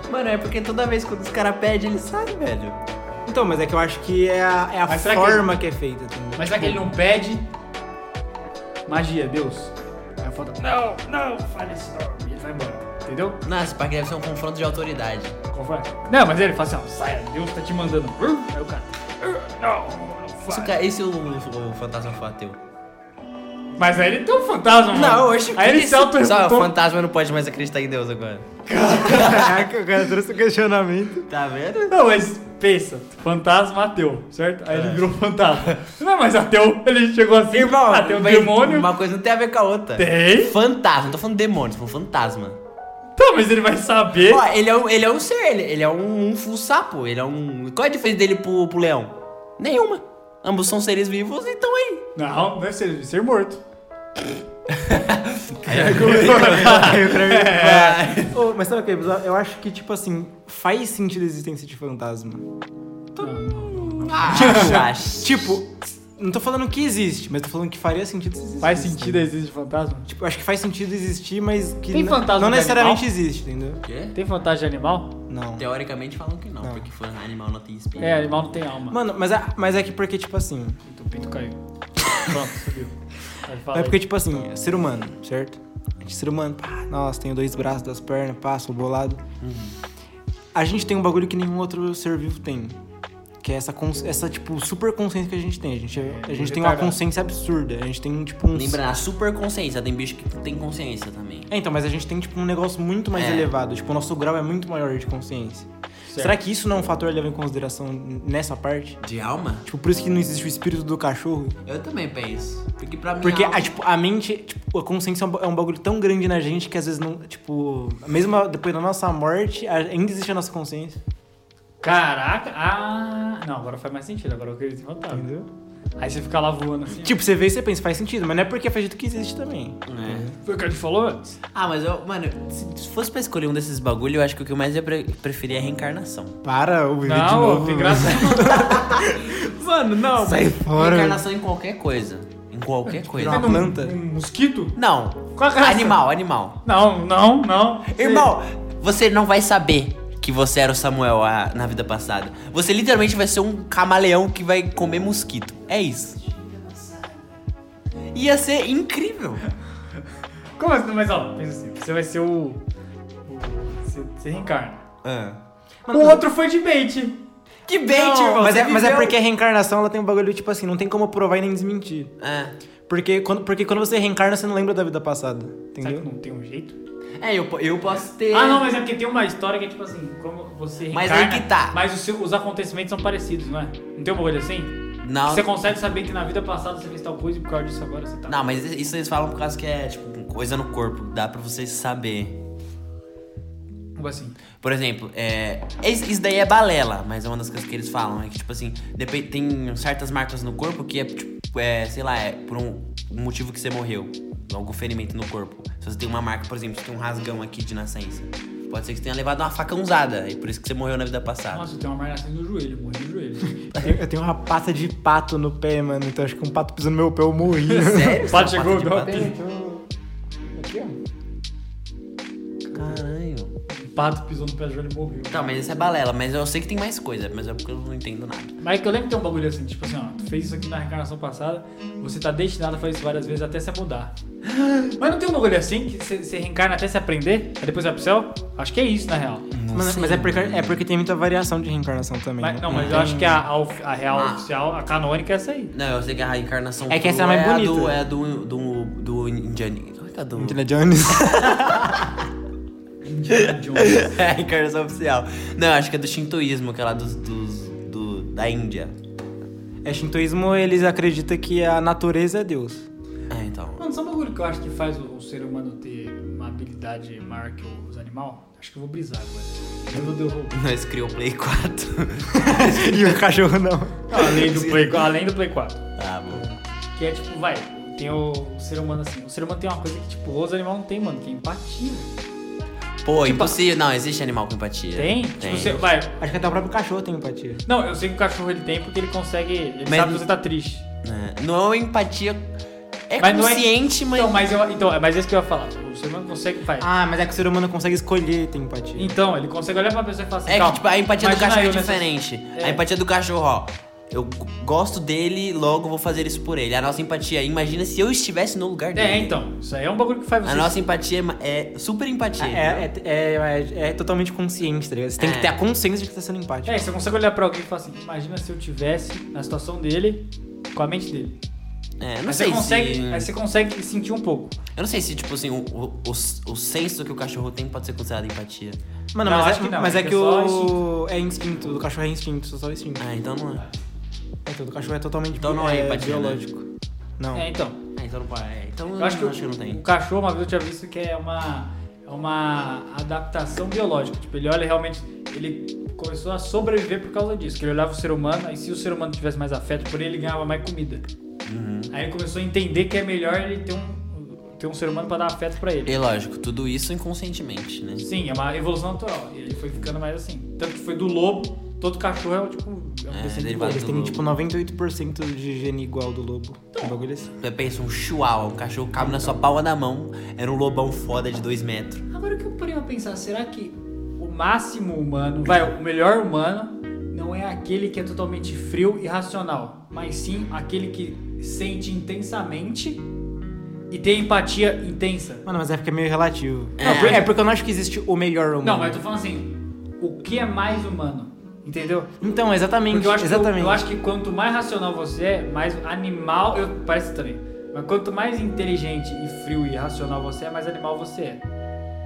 Mano, é porque toda vez quando os caras pedem, ele sai, velho.
Então, mas é que eu acho que é a, é a
Mas será que-
forma que... é feita. entendeu?
Mas será que ele não pede? Magia, Deus. Aí falta. Não, não, fale isso não. E ele vai embora. Entendeu?
Nossa, esse parque deve ser um confronto de autoridade.
Qual foi? Não, mas ele fala assim, ó, saia, Deus tá te mandando. Aí o cara. Não, não
E se, o
faz.
ca- e se o, o fantasma for ateu?
Mas aí ele tem um fantasma, mano.
Não, hoje.
Aí ele se auto
Só, o fantasma não pode mais acreditar em Deus agora.
Caraca, o cara trouxe um questionamento.
Tá vendo?
Não, mas pensa, fantasma ateu, certo? Aí ele virou um fantasma. Não é mais ateu, ele chegou assim.
Irmão,
ah, tem um
mas
demônio.
Uma coisa não tem a ver com a outra.
Tem.
Fantasma, não tô falando demônio, tô falando fantasma.
Tá, mas ele vai saber.
Ó, ele é, um- ele é um ser, ele, ele é um, um full sapo, ele é um... Qual é a diferença dele pro, pro leão? Nenhuma. Ambos são seres vivos, então aí.
Não, deve ser, ser morto.
Aí o cara me-
É.
Ô, mas sabe o que é bizarro? Eu acho que, tipo assim, faz sentido a existência de fantasma.
Ah,
Tipo, não tô falando que existe, mas tô falando que faria sentido se existisse.
Faz sentido a existência de fantasma?
Tipo, acho que faz sentido existir, mas que
Tem
n-
fantasma
não
de
necessariamente
animal?
existe, entendeu?
Quê?
Tem fantasma de animal?
Não.
Teoricamente falam que não,
Não.
porque fã animal não tem espírito.
É, animal não tem alma.
Mano, mas é, mas é que porque, tipo assim.
Eita, O pinto caiu. Pronto, subiu. Mas fala
É
aí.
porque, tipo assim, é ser humano, certo? A gente é ser humano, pá, nossa, tenho dois braços, duas pernas, pá, sou bolado.
Uhum.
A gente tem um bagulho que nenhum outro ser vivo tem. Que é essa, cons- essa tipo, super consciência que a gente tem. A gente, é- a gente tem uma
retardado.
consciência absurda. A gente tem, tipo, um.
Lembra, a super consciência, tem bicho que tem consciência também.
É, então, mas a gente tem, tipo, um negócio muito mais
É.
elevado. Tipo, o nosso grau é muito maior de consciência. Será que isso não é um fator levado em consideração n- nessa parte?
De alma?
Tipo, por isso que não existe o espírito do cachorro?
Eu também penso. Porque pra mim...
Porque
alma-
a, tipo, a mente, tipo, a consciência é um ba- é um bagulho tão grande na gente que às vezes não. Tipo, mesmo a- depois da nossa morte, a- ainda existe a nossa consciência.
Caraca, ah. Não, agora faz mais sentido, agora eu acredito em fantasma.
Entendeu?
Aí você fica lá voando assim.
Tipo, você vê e você pensa, faz sentido, mas não é porque faz jeito que existe também.
É.
Foi o que ele falou antes.
Ah, mas eu... Mano, se se fosse pra escolher um desses bagulho, eu acho que o que eu mais ia pre- preferir é a reencarnação.
Para o viver de
Não,
novo. né?
tem graça.
Mano, não.
Sai fora.
Reencarnação em qualquer coisa. Em qualquer coisa.
Uma planta.
Um mosquito?
Não.
Qual é a graça?
Animal, animal.
Não, não, não.
Irmão, você não vai saber que você era o Samuel ah, na vida passada. Você literalmente vai ser um camaleão que vai comer mosquito. É isso. Ia ser incrível.
Você- Como assim? Mas ó, pensa assim, você vai ser o. o- Você, você reencarna.
Mano,
o
mas-
outro foi de bait.
Que bait,
Não,
irmão.
Mas
você
é, mas é
viveu.
porque a reencarnação ela tem um bagulho, tipo assim, não tem como provar e nem desmentir.
É,
Porque quando, porque quando você reencarna, você não lembra da vida passada.
Será que
Entendeu?
não tem um jeito?
é eu, po- eu posso ter.
Ah, não, mas é porque tem uma história que é tipo assim, como você
Mas
reencarna,
aí que tá.
mas os, seus- os acontecimentos são parecidos, não é? Não tem uma coisa assim?
Não.
Você consegue saber que na vida passada você fez tal coisa e por causa disso agora você tá.
Não, mas isso eles falam por causa que é, tipo, coisa no corpo. Dá pra você saber.
Como assim?
Por exemplo, é, isso isso daí é balela, mas é uma das coisas que eles falam. É que, tipo assim, depe- tem certas marcas no corpo que é, tipo, é, sei lá, é por um um motivo que você morreu. Algum ferimento no corpo. Se você tem uma marca, por exemplo, você tem um rasgão aqui de nascença. Pode ser que você tenha levado uma faca usada, e por isso que você morreu na vida passada.
Nossa, eu tenho uma marcação no joelho, morri no joelho.
Eu- Eu tenho uma pata de pato no pé, mano. Então acho que um pato pisou no meu pé, eu morri.
Sério?
O pato
Você é
chegou,
uma
deu
pata de
uma
pato? Caralho.
O pato pisou no pé do joelho e morreu.
Tá, mas isso é balela, mas eu sei que tem mais coisa, mas é porque eu não entendo nada.
Mas é que eu lembro que tem um bagulho assim, tipo assim, ó, tu fez isso aqui na reencarnação passada, você tá destinado a fazer isso várias vezes até se mudar. Mas não tem um bagulho assim que você você reencarna até se aprender, aí depois vai pro céu? Acho que é isso, na real.
Hum.
Mas, mas é, porque, é porque tem muita variação de reencarnação também. né?
Mas,
Mas,
não, mas eu acho que a, a of- a real
Ah.
oficial, a canônica é essa aí.
Não, eu sei que a encarnação
É que essa é a
crua
mais
a do,
bonita.
é a do. do. do Indiana. Qual é que é a do.
Indiana Jones.
Indiana Jones.
É a reencarnação oficial. Não, acho que é do shintoísmo, que é lá dos, dos- do, da Índia.
É, shintoísmo, eles acreditam que a natureza é Deus.
Ah, então.
Mano, sabe um bagulho que eu acho que faz o, o ser humano ter uma habilidade maior que os animais? Acho que eu vou brisar agora. Eu vou derrubar.
Nós criou o Play 4.
e o cachorro não.
Além do, Play, além do Play 4.
ah, bom.
Que é tipo, vai, tem o, o ser humano assim. O ser humano tem uma coisa que, tipo, os animais não tem, mano, que é empatia.
Tipo
Pô, impossível. Não, existe animal com empatia.
Tem? Tipo, você, vai.
Acho que até o próprio cachorro tem empatia.
Não, eu sei que o cachorro ele tem porque ele consegue. Ele
Mas-
sabe que você tá triste.
É, Não é uma empatia. É
Mas não é-
consciente, mas.
Então, mas eu, então, é mais isso que eu ia falar. O ser humano consegue, vai.
Ah, mas é que o ser humano consegue escolher ter empatia.
Então, ele consegue olhar pra pessoa e falar assim,
É
calma.
que tipo, a empatia do
imagina
cachorro é
eu nessa-
diferente.
É.
A empatia do cachorro, ó. Eu g- gosto dele, logo vou fazer isso por ele. A nossa empatia, imagina se eu estivesse no lugar dele.
É, então. Isso aí é um bagulho que faz você.
A nossa empatia é ma- é super empatia.
É, é, é, é- é totalmente consciente, tá ligado? Você tem
É.
que ter a consciência de que tá sendo empático.
É, você consegue olhar pra alguém e falar assim, imagina se eu tivesse na situação dele, com a mente dele.
É, não
Aí
sei
você consegue,
se...
aí você consegue sentir um pouco.
Eu não sei se, tipo assim, o, o, o, o senso que o cachorro tem pode ser considerado empatia.
Mano,
Não,
mas,
acho
é,
que não,
mas
é
é
que
que,
é só
o. É instinto, do cachorro é instinto, só instinto.
Ah, então não é.
É, então, do cachorro é totalmente
Então não é empatia, né?
biológico. Não.
É, então.
Ah, então não pode. É, então
Eu acho que,
não,
o,
acho que não
o
tem.
cachorro, uma vez eu tinha visto que é uma, é uma adaptação biológica. Tipo, ele olha realmente. Ele começou a sobreviver por causa disso. Que ele olhava o ser humano, aí se o ser humano tivesse mais afeto por ele, ele ganhava mais comida.
Uhum.
Aí ele começou a entender que é melhor ele ter um, ter um ser humano pra dar afeto pra ele.
E lógico, tudo isso inconscientemente, né?
Sim, é uma evolução natural. E ele foi ficando mais assim. Tanto que foi do lobo, todo cachorro é tipo. É um
É,
descendente do
derivado.
lobo.
Eles têm
do
tipo 98% de gene igual do lobo.
Então.
Um bagulho assim.
Você pensa, um chihuahua, um cachorro cabe na sua palma da mão, era um lobão foda de dois metros.
Agora que eu parei a pensar, será que o máximo humano, vai, o melhor humano, não é aquele que é totalmente frio e racional, mas sim aquele que sente intensamente e tem empatia intensa?
Mano, mas é porque é meio relativo.
É.
Não, por- É, porque eu não acho que existe o melhor humano.
Não, mas eu tô falando assim, o que é mais humano? Entendeu?
Então, exatamente.
Porque eu acho,
exatamente.
Que, eu acho que quanto mais racional você é, mais animal. Eu, parece também. Mas quanto mais inteligente e frio e racional você é, mais animal você é.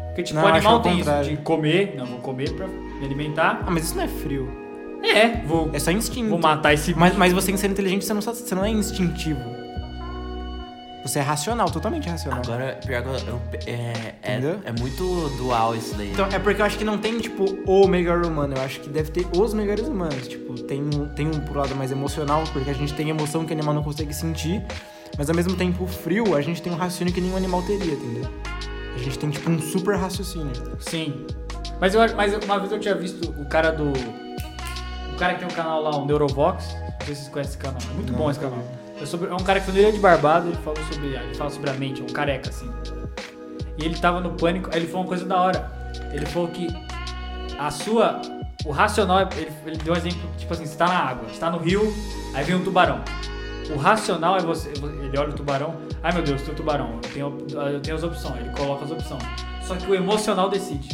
Porque, tipo,
Não,
o
eu
animal
acho ao
tem isso de
contrário.
comer, não, vou comer pra me alimentar.
Ah, mas isso não é frio.
É, vou,
É só instinto.
vou matar esse
Mas, mas você tem que ser inteligente, você não, só- você não é instintivo. Você é racional, totalmente racional.
Agora, pior que eu- eu- é, é,
né? Entendeu?
é muito dual isso daí.
Então, é porque eu acho que não tem, tipo, o melhor humano. Eu acho que deve ter os melhores humanos. Tipo, tem um, tem um pro lado mais emocional, porque a gente tem emoção que o animal não consegue sentir. Mas ao mesmo tempo, o frio, a gente tem um raciocínio que nenhum animal teria, entendeu? A gente tem, tipo, um super raciocínio.
Sim. Mas, eu, acho- mas uma vez eu tinha visto o cara do. O cara que tem um canal lá, o Neurovox. Não sei se vocês conhecem esse canal. É muito
Não,
bom esse
nunca
canal. É, sobre- é um cara que foi no Ilha de Barbado, ele falou sobre. Ele fala sobre a mente, é um careca, assim. E ele tava no pânico, aí ele falou uma coisa da hora. Ele falou que a sua. O racional, é- ele, ele deu um exemplo, tipo assim, você tá na água, você tá no rio, aí vem um tubarão. O racional é você. Ele olha o tubarão, ai meu Deus, tem um tubarão, eu tenho, op- eu tenho as opções, ele coloca as opções. Só que o emocional decide.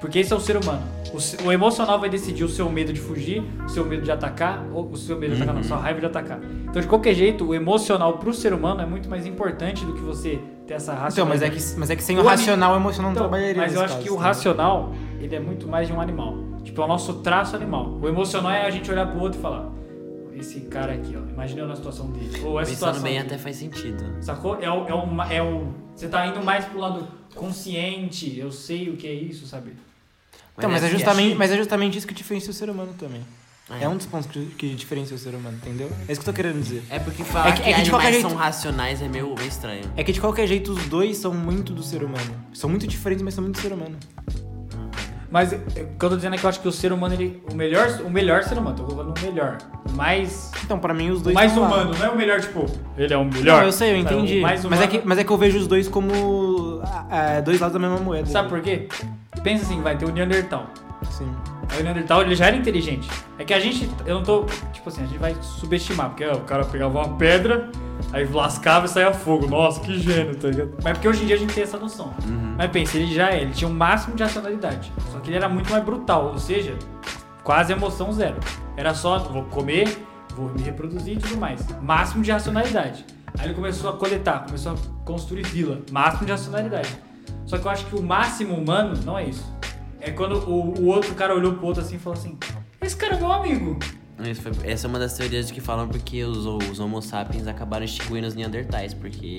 Porque esse é o ser humano. O, se- o emocional vai decidir o seu medo de fugir, o seu medo de atacar, ou o seu medo de atacar, não, sua
Uhum.
raiva de atacar. Então, de qualquer jeito, o emocional pro ser humano é muito mais importante do que você ter essa
Então,
racionalidade.
mas é que, mas é que sem
O
o,
ani-
racional, o emocional não
Então,
trabalharia.
mas eu
nesse
acho
caso,
que o
tá?
racional, ele é muito mais de um animal. Tipo, é o nosso traço animal. O emocional é a gente olhar pro outro e falar: esse cara aqui, ó, imagina eu na situação dele. Ou essa
Pensando
situação.
bem,
Bem,
até faz sentido.
Sacou? É o, é, o, é o. Você tá indo mais pro lado consciente, eu sei o que é isso, sabe?
Então, mas é,
que
justamente, mas é justamente isso que diferencia o ser humano também.
É.
É, um dos pontos que, que diferencia o ser humano, entendeu? É isso que eu tô querendo dizer.
É porque falar
É
que,
que- é que de
animais
qualquer
são
jeito-
racionais é meio meio estranho.
É que de qualquer jeito os dois são muito do ser humano. São muito diferentes, mas são muito do ser humano.
Mas é, é, o que eu tô dizendo é que eu acho que o ser humano, ele. O melhor, o melhor ser humano, tô colocando o melhor. O mais.
Então, pra mim, os
O
dois
mais
são lá.
humano, não é o melhor, tipo. Ele é o melhor.
Não, eu sei, eu
Sabe? O
entendi.
mais
mas, é
humano-
que, mas é que eu vejo os dois como ah, ah, dois lados da mesma moeda.
Sabe por quê? Pensa assim, vai ter o Neandertal.
Sim.
Aí o Neandertal Tá ele já era inteligente. É que a gente, eu não tô, tipo assim, a gente vai subestimar, porque ó, o cara pegava uma pedra, aí lascava e saía fogo. Nossa, que gênio, tá ligado? Mas porque hoje em dia a gente tem essa noção. Mas pensa, ele já é, ele tinha o máximo de racionalidade. Só que ele era muito mais brutal, ou seja, quase emoção zero. Era só, vou comer, vou me reproduzir e tudo mais. Máximo de racionalidade. Aí ele começou a coletar, começou a construir vila. Máximo de racionalidade. Só que eu acho que o máximo humano não é isso. É quando o, o outro cara olhou pro outro assim e falou assim: Esse cara é meu amigo.
Isso foi- Essa é uma das teorias de que falam porque os, os homo sapiens acabaram extinguindo os neandertais, porque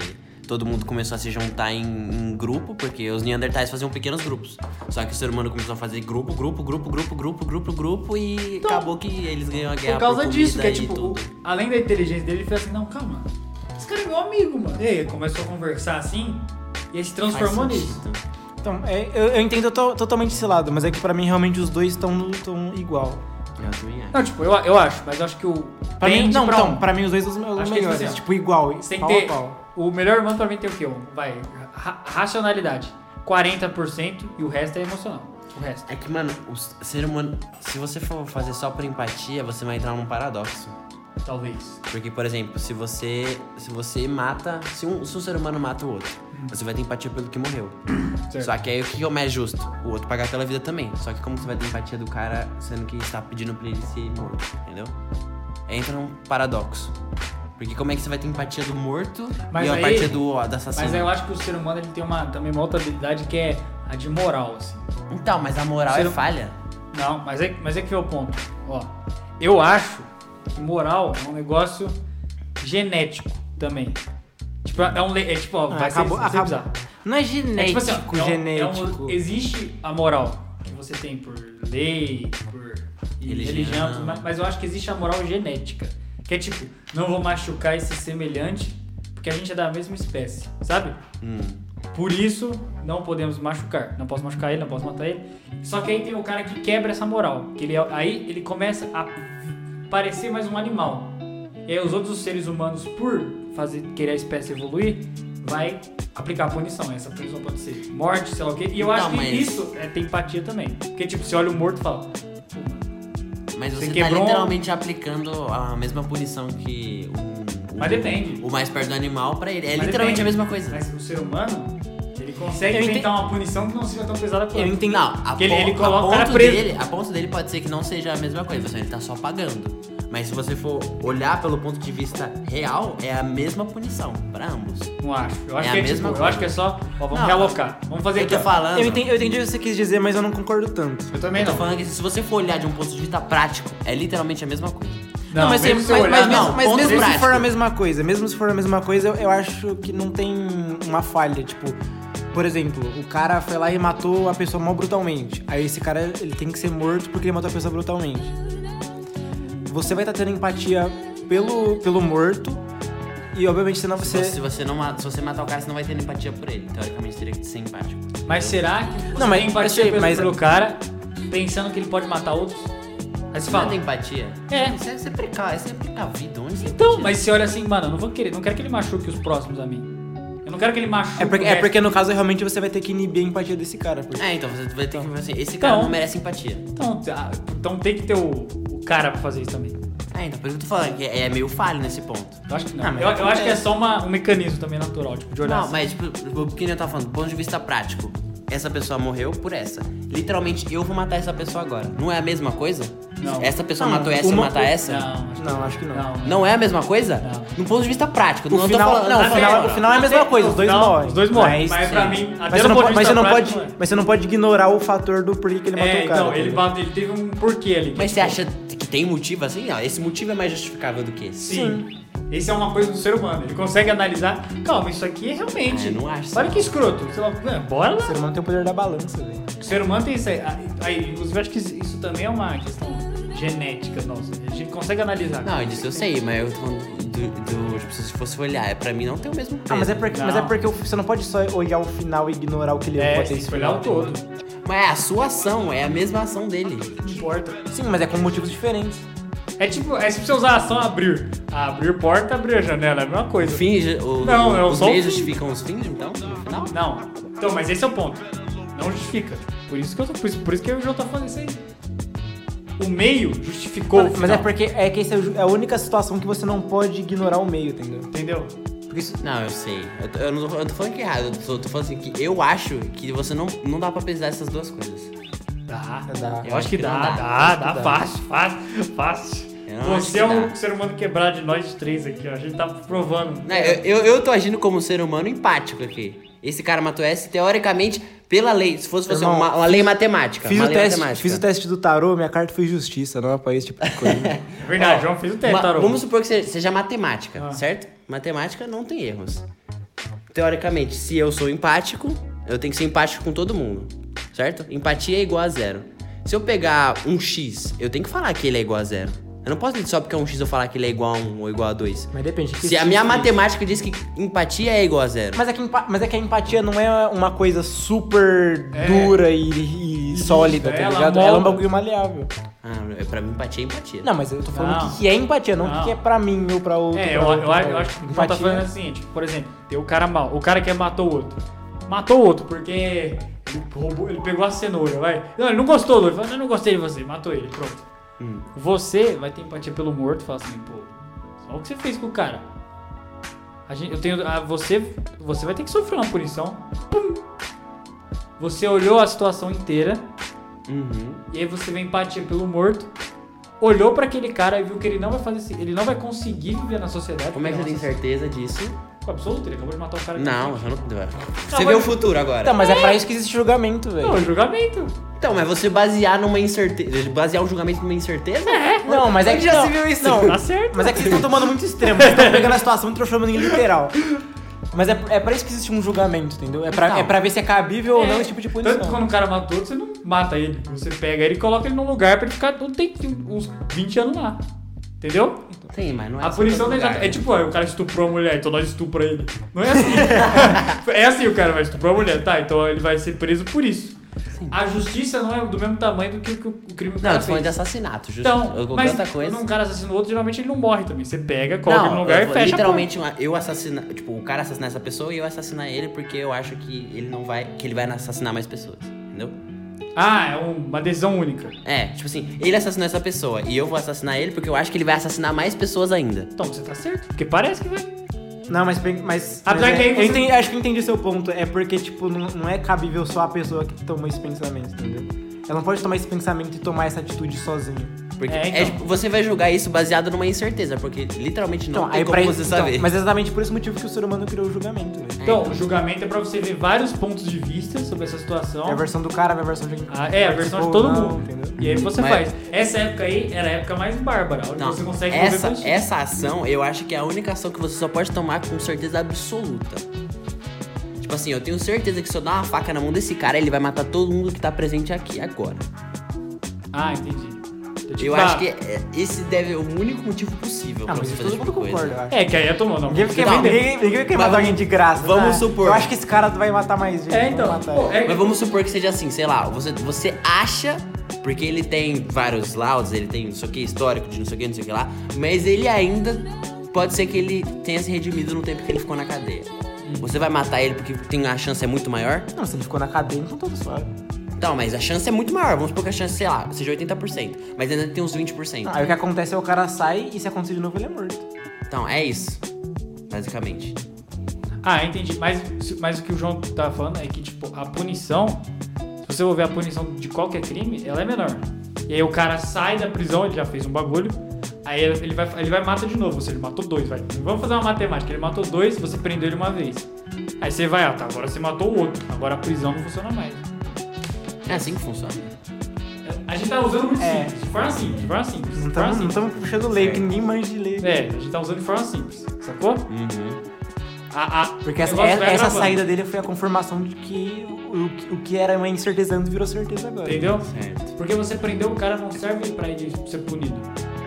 todo mundo começou a se juntar em, em grupo, porque os neandertais faziam pequenos grupos. Só que o ser humano começou a fazer grupo, grupo, grupo, grupo, grupo, grupo, grupo, e acabou que eles ganham a guerra
Então, Por causa
comida
disso, que é
e
tipo,
tudo.
o- além da inteligência dele, ele fez assim, não, calma, esse cara é meu amigo, mano. E aí, começou a conversar assim, e ele se transformou
Faz
nisso.
sentido.
Então, é, eu, eu entendo to- totalmente esse lado, mas é que pra mim realmente os dois estão tão igual.
Eu também acho.
Não, tipo, eu, eu acho, mas eu acho que o...
Pra mim,
tende
não,
pra
então,
um.
pra mim os dois são os meus
Acho que é
melhores.
especial.
tipo, igual,
Sem
pau
ter...
a pau.
O melhor irmão pra mim tem o quê? Um, vai, ra- racionalidade. 40% e o resto é emocional. O resto.
É que, mano, o s- ser humano, se você for fazer só por empatia, você vai entrar num paradoxo.
Talvez.
Porque, por exemplo, se você, se você mata. Se um, se um ser humano mata o outro, você vai ter empatia pelo que morreu.
Uhum. Certo.
Só que aí o que é o mais justo? O outro pagar pela vida também. Só que como você vai ter empatia do cara sendo que está pedindo pra ele ser morto, entendeu? Entra num paradoxo. Porque como é que você vai ter empatia do morto
Mas
e a
aí-
empatia do, ó, do
Mas é
assassino?
eu acho que o ser humano ele tem uma, também uma outra habilidade que é a de moral, assim.
Então, mas a moral
Ser
é
hum-
falha.
Não, mas é, mas é que é o ponto. Ó, eu acho que moral é um negócio genético também. Tipo, é um. le- É, tipo, ó,
Ah,
vai
acabou,
ser, vai ser
acabou.
bizarro.
Não é
É tipo
genético,
assim, ó, é um- é um-
genético.
existe a moral que você tem por lei, por
Religião.
religião, tudo mais, mas eu acho que existe a moral genética. Que é tipo, não vou machucar esse semelhante, porque a gente é da mesma espécie, sabe?
Hum.
Por isso, não podemos machucar. Não posso machucar ele, não posso matar ele. Só que aí tem o cara que quebra essa moral. Que ele, é, aí ele começa a parecer mais um animal. E aí os outros seres humanos, por fazer, querer a espécie evoluir, vai aplicar a punição. Essa punição pode ser morte, sei lá o quê. E eu
Então,
acho que
mas-
isso é, tem empatia também. Porque, tipo, você olha o morto e fala... "Pô, mano."
Mas
Você
você, tá
quebrou-
um-
literalmente aplicando a mesma punição que um,
Mas
o-
depende.
o mais perto do animal pra ele. É
Mas
literalmente
depende.
a mesma coisa.
Mas o ser humano, ele consegue
Eu
inventar
entendo.
uma punição que não seja tão pesada quanto.
Eu entendo.
Não, a,
Que ele-
pon-
ele
a
coloca o cara
ponto
preso.
dele, a ponto dele pode ser que não seja a mesma coisa, só ele tá só pagando. Mas se você for olhar pelo ponto de vista real, é a mesma punição pra ambos.
Não acho. Eu acho
É a
que é,
mesma
tipo, eu
coisa.
acho que é só... Ó, vamos
Não,
realocar. Vamos fazer
Eu tô
ó.
falando.
é Eu entendi, eu entendi o que você quis dizer, mas eu não concordo tanto.
Eu
eu
também
tô
não.
falando que se você for olhar de um ponto de vista prático, é literalmente a mesma coisa.
Não, mas,
mesmo
mas-
se eu
mas-
olhar,
mas-
não,
mas
ponto
mesmo se
prático.
for a mesma coisa, mesmo se for a mesma coisa, eu, eu acho que não tem uma falha. Tipo, por exemplo, o cara foi lá e matou a pessoa mal brutalmente. Aí esse cara ele tem que ser morto porque ele matou a pessoa brutalmente. Você vai estar tendo empatia pelo, pelo morto e obviamente você não
Se você,
você.
se você não mata- se você matar o cara, você não vai ter empatia por ele. Teoricamente teria que ser empático.
Mas será que você
Não,
tem
mas eu sei,
empatia pelo,
mas-
pelo cara pensando que ele pode matar outros? Aí você
Você não
fala.
tem empatia?
É.
Isso é, isso é preca- isso é precavido. Onde você
Então,
empatia?
mas você olha assim, mano, eu não vou querer, não quero que ele machuque os próximos a mim. Eu não quero que ele machuque.
É porque,
o
é
resto.
porque no caso realmente você vai ter que inibir a empatia desse cara. porque-
É, então você vai ter que ver assim, esse cara
Então.
não merece empatia.
Então, ah, então tem que ter o, o cara pra fazer isso também.
É, então por isso que eu tô falando que é é meio falho nesse ponto.
Eu acho que não.
Ah, mas
eu, eu acho
acontece.
que é só uma- um mecanismo também natural, tipo, de olhar
Não,
assim.
mas tipo, o que eu tava falando, do ponto de vista prático, essa pessoa morreu por essa. Literalmente, eu vou matar essa pessoa agora. Não é a mesma coisa?
Não.
Essa pessoa
Não,
matou essa e
uma-
matar essa?
assim, Não, acho
Não, acho que
que
não.
não.
Não. é a mesma coisa?
Não.
No ponto de vista prático.
O
não
final-
tô falando.
não,
Não,
o final-
não.
o final é a mesma coisa, os dois
Não,
morrem.
Os dois morrem.
Mas-
Mas, pra
sim.
mim, até
Mas você,
do
não
ponto
pode,
de
mas,
vista
você não
prático,
pode,
é.
mas você não pode ignorar o fator do porquê que ele matou
É,
o cara. tá
então, ele,
entendeu?
bate- ele teve um porquê ali.
Mas você acha que tem motivo assim? Ó, esse motivo é mais justificável do que esse.
Sim. Isso é uma coisa do ser humano. Ele consegue analisar. Calma, isso aqui é realmente.
É, não acho.
Olha que escroto. Sei lá, é, bora
O
lá.
ser humano tem o poder da balança, velho.
O ser humano tem isso aí. Ah, aí, Inclusive, acho que isso também é uma questão genética nossa. A gente consegue analisar.
Não, disso eu sei, mas eu tô falando do. do- tipo, se fosse olhar, é, pra mim não tem o mesmo peso.
Ah, mas é, porque, mas é
Não.
porque você não pode só olhar o final e ignorar o que ele
é,
pode
tem
ter
que olhar o todo.
Mas é a sua ação, é a mesma ação dele.
Não importa.
Sim, mas é com motivos diferentes.
É tipo, é tipo você usar a ação abrir. Ah, Abrir porta, abrir a janela. É a mesma
O
coisa.
fim, ju- o,
Não, é o
os
só o
meios
fim.
justificam os fins, então? No final?
Não. Então, mas esse é o ponto. Não justifica. Por isso que eu tô, por isso, por isso que eu já tô falando isso aí. O meio justificou.
mas
o
é
final,
porque é que essa é ju- é a única situação que você não pode ignorar o meio, entendeu?
Entendeu?
Porque isso.
Não, eu sei. Eu, tô- eu não tô, eu tô falando que é errado. Eu tô, tô falando assim que eu acho que você não, não dá pra pesar essas duas coisas.
Dá.
Dá.
Eu acho que dá,
não
dá, dá,
que dá.
fácil, fácil, fácil.
Eu não acho
Você
que
é um
dá.
ser humano quebrado de nós três aqui, ó. A gente tá provando.
Né, Eu, eu, eu tô agindo como um ser humano empático aqui. Esse cara matou essa, teoricamente, pela lei. Se fosse você,
Irmão,
uma, uma lei matemática.
Fiz
uma
o,
lei
teste,
matemática.
fiz o teste do tarô, minha carta foi justiça, não apoio esse tipo de coisa.
É verdade, João fez o teste,
Ma-
Tarô.
Vamos supor que seja, seja matemática, certo? Matemática não tem erros. Teoricamente, se eu sou empático, eu tenho que ser empático com todo mundo, certo? Empatia é igual a zero. Se eu pegar um X, eu tenho que falar que ele é igual a zero. Eu não posso só porque é um X eu falar que ele é igual a um ou igual a dois.
Mas depende. que
Se a
tipo
minha
de-
matemática diz que empatia é igual a zero.
Mas é, que, empa- mas é que a empatia não é uma coisa super dura e, e sólida, tá
É. ela
ligado? Ela é um
molda.
bagulho maleável.
Ah, pra mim, empatia é empatia.
Não, mas eu tô falando
Não.
o que, que é empatia, não o que
Não.
que é pra mim ou pra outro.
É,
pra
eu,
outro,
eu,
pra
eu acho que
outro.
o João tá
Empatia-
falando assim, tipo, por exemplo, tem o cara mal, o cara que matou o outro. Matou o outro porque ele, roubou, ele pegou a cenoura, vai. Não, ele não gostou do outro, ele falou, eu não gostei de você, matou ele, pronto.
Hum.
Você vai ter empatia pelo morto e fala assim, pô, olha o que você fez com o cara. A gente, eu tenho, ah, você, você vai ter que sofrer uma punição. Pum. Você olhou a situação inteira,
Uhum.
e aí você vê empatia pelo morto, olhou pra aquele cara e viu que ele não vai fazer, isso, ele não vai conseguir viver na sociedade.
Como é que você
Nossa,
tem certeza disso?
com absoluto, ele acabou de matar o cara.
Não, eu não. Você
mas-
vê o futuro agora.
Tá, mas é pra isso que existe julgamento, velho.
Não, julgamento.
Então, mas você basear numa incerteza. Basear um julgamento numa incerteza? É.
Não, mas é que.
Onde já
não,
se viu isso?
Não,
Tá certo.
mas é que vocês estão tomando muito extremo. Vocês estão pegando a situação e transformando em literal. Mas é, é pra isso que existe um julgamento, entendeu? É pra,
Então.
é pra ver se é cabível ou não esse tipo de punição.
Tanto que quando o cara matou, você não mata ele. Você pega ele e coloca ele num lugar pra ele ficar não tem, tem uns 20 anos lá. Entendeu?
Tem, mas não é
a
assim
punição
todo
dele já
lugar.
é tipo, ó, o cara estuprou a mulher, então nós estupra ele. Não é assim. é assim, o cara vai estuprar a mulher, tá? Então ele vai ser preso por isso. A justiça não é do mesmo tamanho do que, que o o crime que o
Não,
cara
eu tô falando de
fez.
assassinato, justo.
Assim. Então,
ou qualquer
mas
outra coisa.
quando um cara assassina o outro, geralmente ele não morre também. Você pega, coloca ele no lugar
eu-
e fecha.
literalmente uma- eu assassinar, tipo, o cara assassinar essa pessoa e eu assassinar ele porque eu acho que ele não vai, que ele vai assassinar mais pessoas, entendeu?
a porta. Ah, é um- uma decisão única.
É, tipo assim, ele assassinou essa pessoa e eu vou assassinar ele porque eu acho que ele vai assassinar mais pessoas ainda.
Então, você tá certo. Porque parece que vai. Então,
É,
Não, mas. bem- mas,
Apesar
mas
que
é-
aí você-
eu entendi- acho que eu entendi seu ponto. É porque, tipo, não, não é cabível só a pessoa que tomou esse pensamento, entendeu? Ela não pode tomar esse pensamento e tomar essa atitude sozinha.
Porque
É,
é,
então.
tipo, você vai julgar isso baseado numa incerteza, porque literalmente não
Então,
tem
aí
como
pra
você
então,
saber.
Mas é exatamente por esse motivo que o ser humano criou o julgamento, né? velho.
Então, o julgamento é pra você ver vários pontos de vista sobre essa situação.
É a versão do cara, é a versão de quem
Ah, é, a versão de
participou,
todo
não,
mundo.
entendeu?
E aí você
Mas-
faz. Essa época aí era a época mais bárbara, onde
Não,
você consegue
Então, essa,
mover com
essa ação, eu acho que é a única ação que você só pode tomar com certeza absoluta. Tipo assim, eu tenho certeza que se eu dar uma faca na mão desse cara, ele vai matar todo mundo que tá presente aqui agora.
Ah, entendi. Então,
é-
tipo,
Eu
ah,
acho que é- esse deve é o único motivo possível
tá. Ah,
pra
mas
você
isso
fazer esse
todo
tipo
mundo
de coisa.
concorda, eu acho.
É, que aí é tomando. Não,
Ninguém vai queimar-
Não.
ninguém- ninguém vai queimar
Mas
alguém de graça.
vamos
né?
supor.
Eu acho que esse cara vai matar mais gente.
É,
vamos
então.
matar
pô,
ele.
é-
Mas vamos supor que seja assim, sei lá, você, você acha, porque ele tem vários laudos, ele tem não sei o que, histórico de não sei o que, não sei o que lá, mas ele ainda pode ser que ele tenha se redimido no tempo que ele ficou na cadeia.
Hum.
Você vai matar ele porque tem a chance é muito maior?
Não, se ele ficou na cadeia, então todo suave.
Então, mas a chance é muito maior. Vamos supor que a chance, sei lá, seja 80%. Mas ainda tem uns 20%.
Aí o que acontece é o cara sai e se acontecer de novo, ele é morto.
Então, é isso. Basicamente.
Ah, entendi. Mas, se- mas o que o João tá falando é que, tipo, a punição, se você for ver a punição de qualquer crime, ela é menor. E aí o cara sai da prisão, ele já fez um bagulho, aí ele ele vai, ele vai e mata de novo, ou seja, ele matou dois, vai. Vamos fazer uma matemática, ele matou dois, você prendeu ele uma vez. Aí você vai, ah, tá, agora você matou o outro, agora a prisão não funciona mais.
É assim que funciona.
A gente tá usando muito
É.
simples, de forma simples, de forma simples.
Não
de forma simples.
estamos puxando lei, que ninguém manja de lei.
É, a gente tá usando de forma simples, sacou?
Uhum.
A, a,
Porque
o
essa, é
negócio vai
é
essa
agravando,
saída dele foi a confirmação de que o, o- o que era uma incerteza antes virou certeza agora.
Entendeu?
Certo.
Porque você prendeu o cara não serve pra ele ser punido.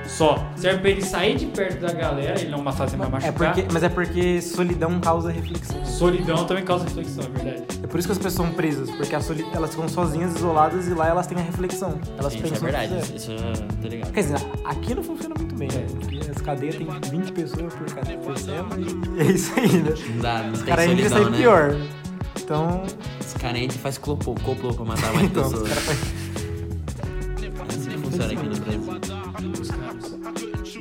Só. Serve pra ele sair de perto da galera, ele não ma- fazer mais
É
machucar.
porque, mas é porque solidão causa reflexão.
Solidão também causa reflexão, é verdade.
É por isso que as pessoas são presas, porque a soli- elas ficam sozinhas, isoladas, e lá elas têm a reflexão. Elas
Isso
pensam assim,
é
né? o que
verdade.
fizeram.
Isso, isso eu tô ligado.
Quer dizer, aqui não funciona muito bem, né? Porque as cadeias tem 20 pessoas por cadeia por cima e é isso aí, né?
Não dá, não
Os
tem
caras ainda
solidão,
saem
né?
é pior. Então.
Esse cara ainda faz clopô, coplo pra matar mais
Então,
pessoas. É assim que funciona aqui no Brasil.
Os caras.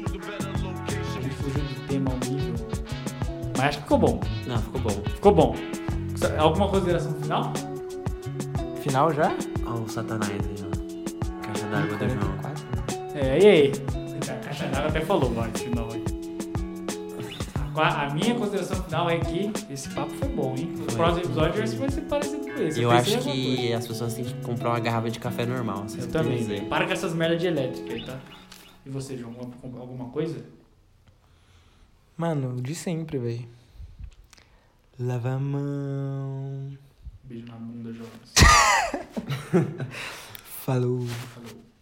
A gente fugiu do tema ao nível. Mas acho que ficou bom.
Não, ficou bom.
Ficou bom. Alguma consideração final?
Final já? né?
Ó o satanás aí, ó. Caixa d'água do João.
44.
É, e aí? A caixa d'água até falou, vai, final aí. Qua- A minha consideração final é que esse papo foi bom, hein? O
Foi.
próximo episódio vai ser parecido com esse.
Eu
pensei
acho
em alguma
que as pessoas têm que comprar uma garrafa de café normal.
coisa.
vocês
Eu
podem
também.
né?
dizer.
Para com essas merdas de elétrica aí, tá? E você, João, alguma, alguma coisa?
Mano, de sempre, velho. Lava a mão.
Beijo na bunda, João.
Falou.
Falou.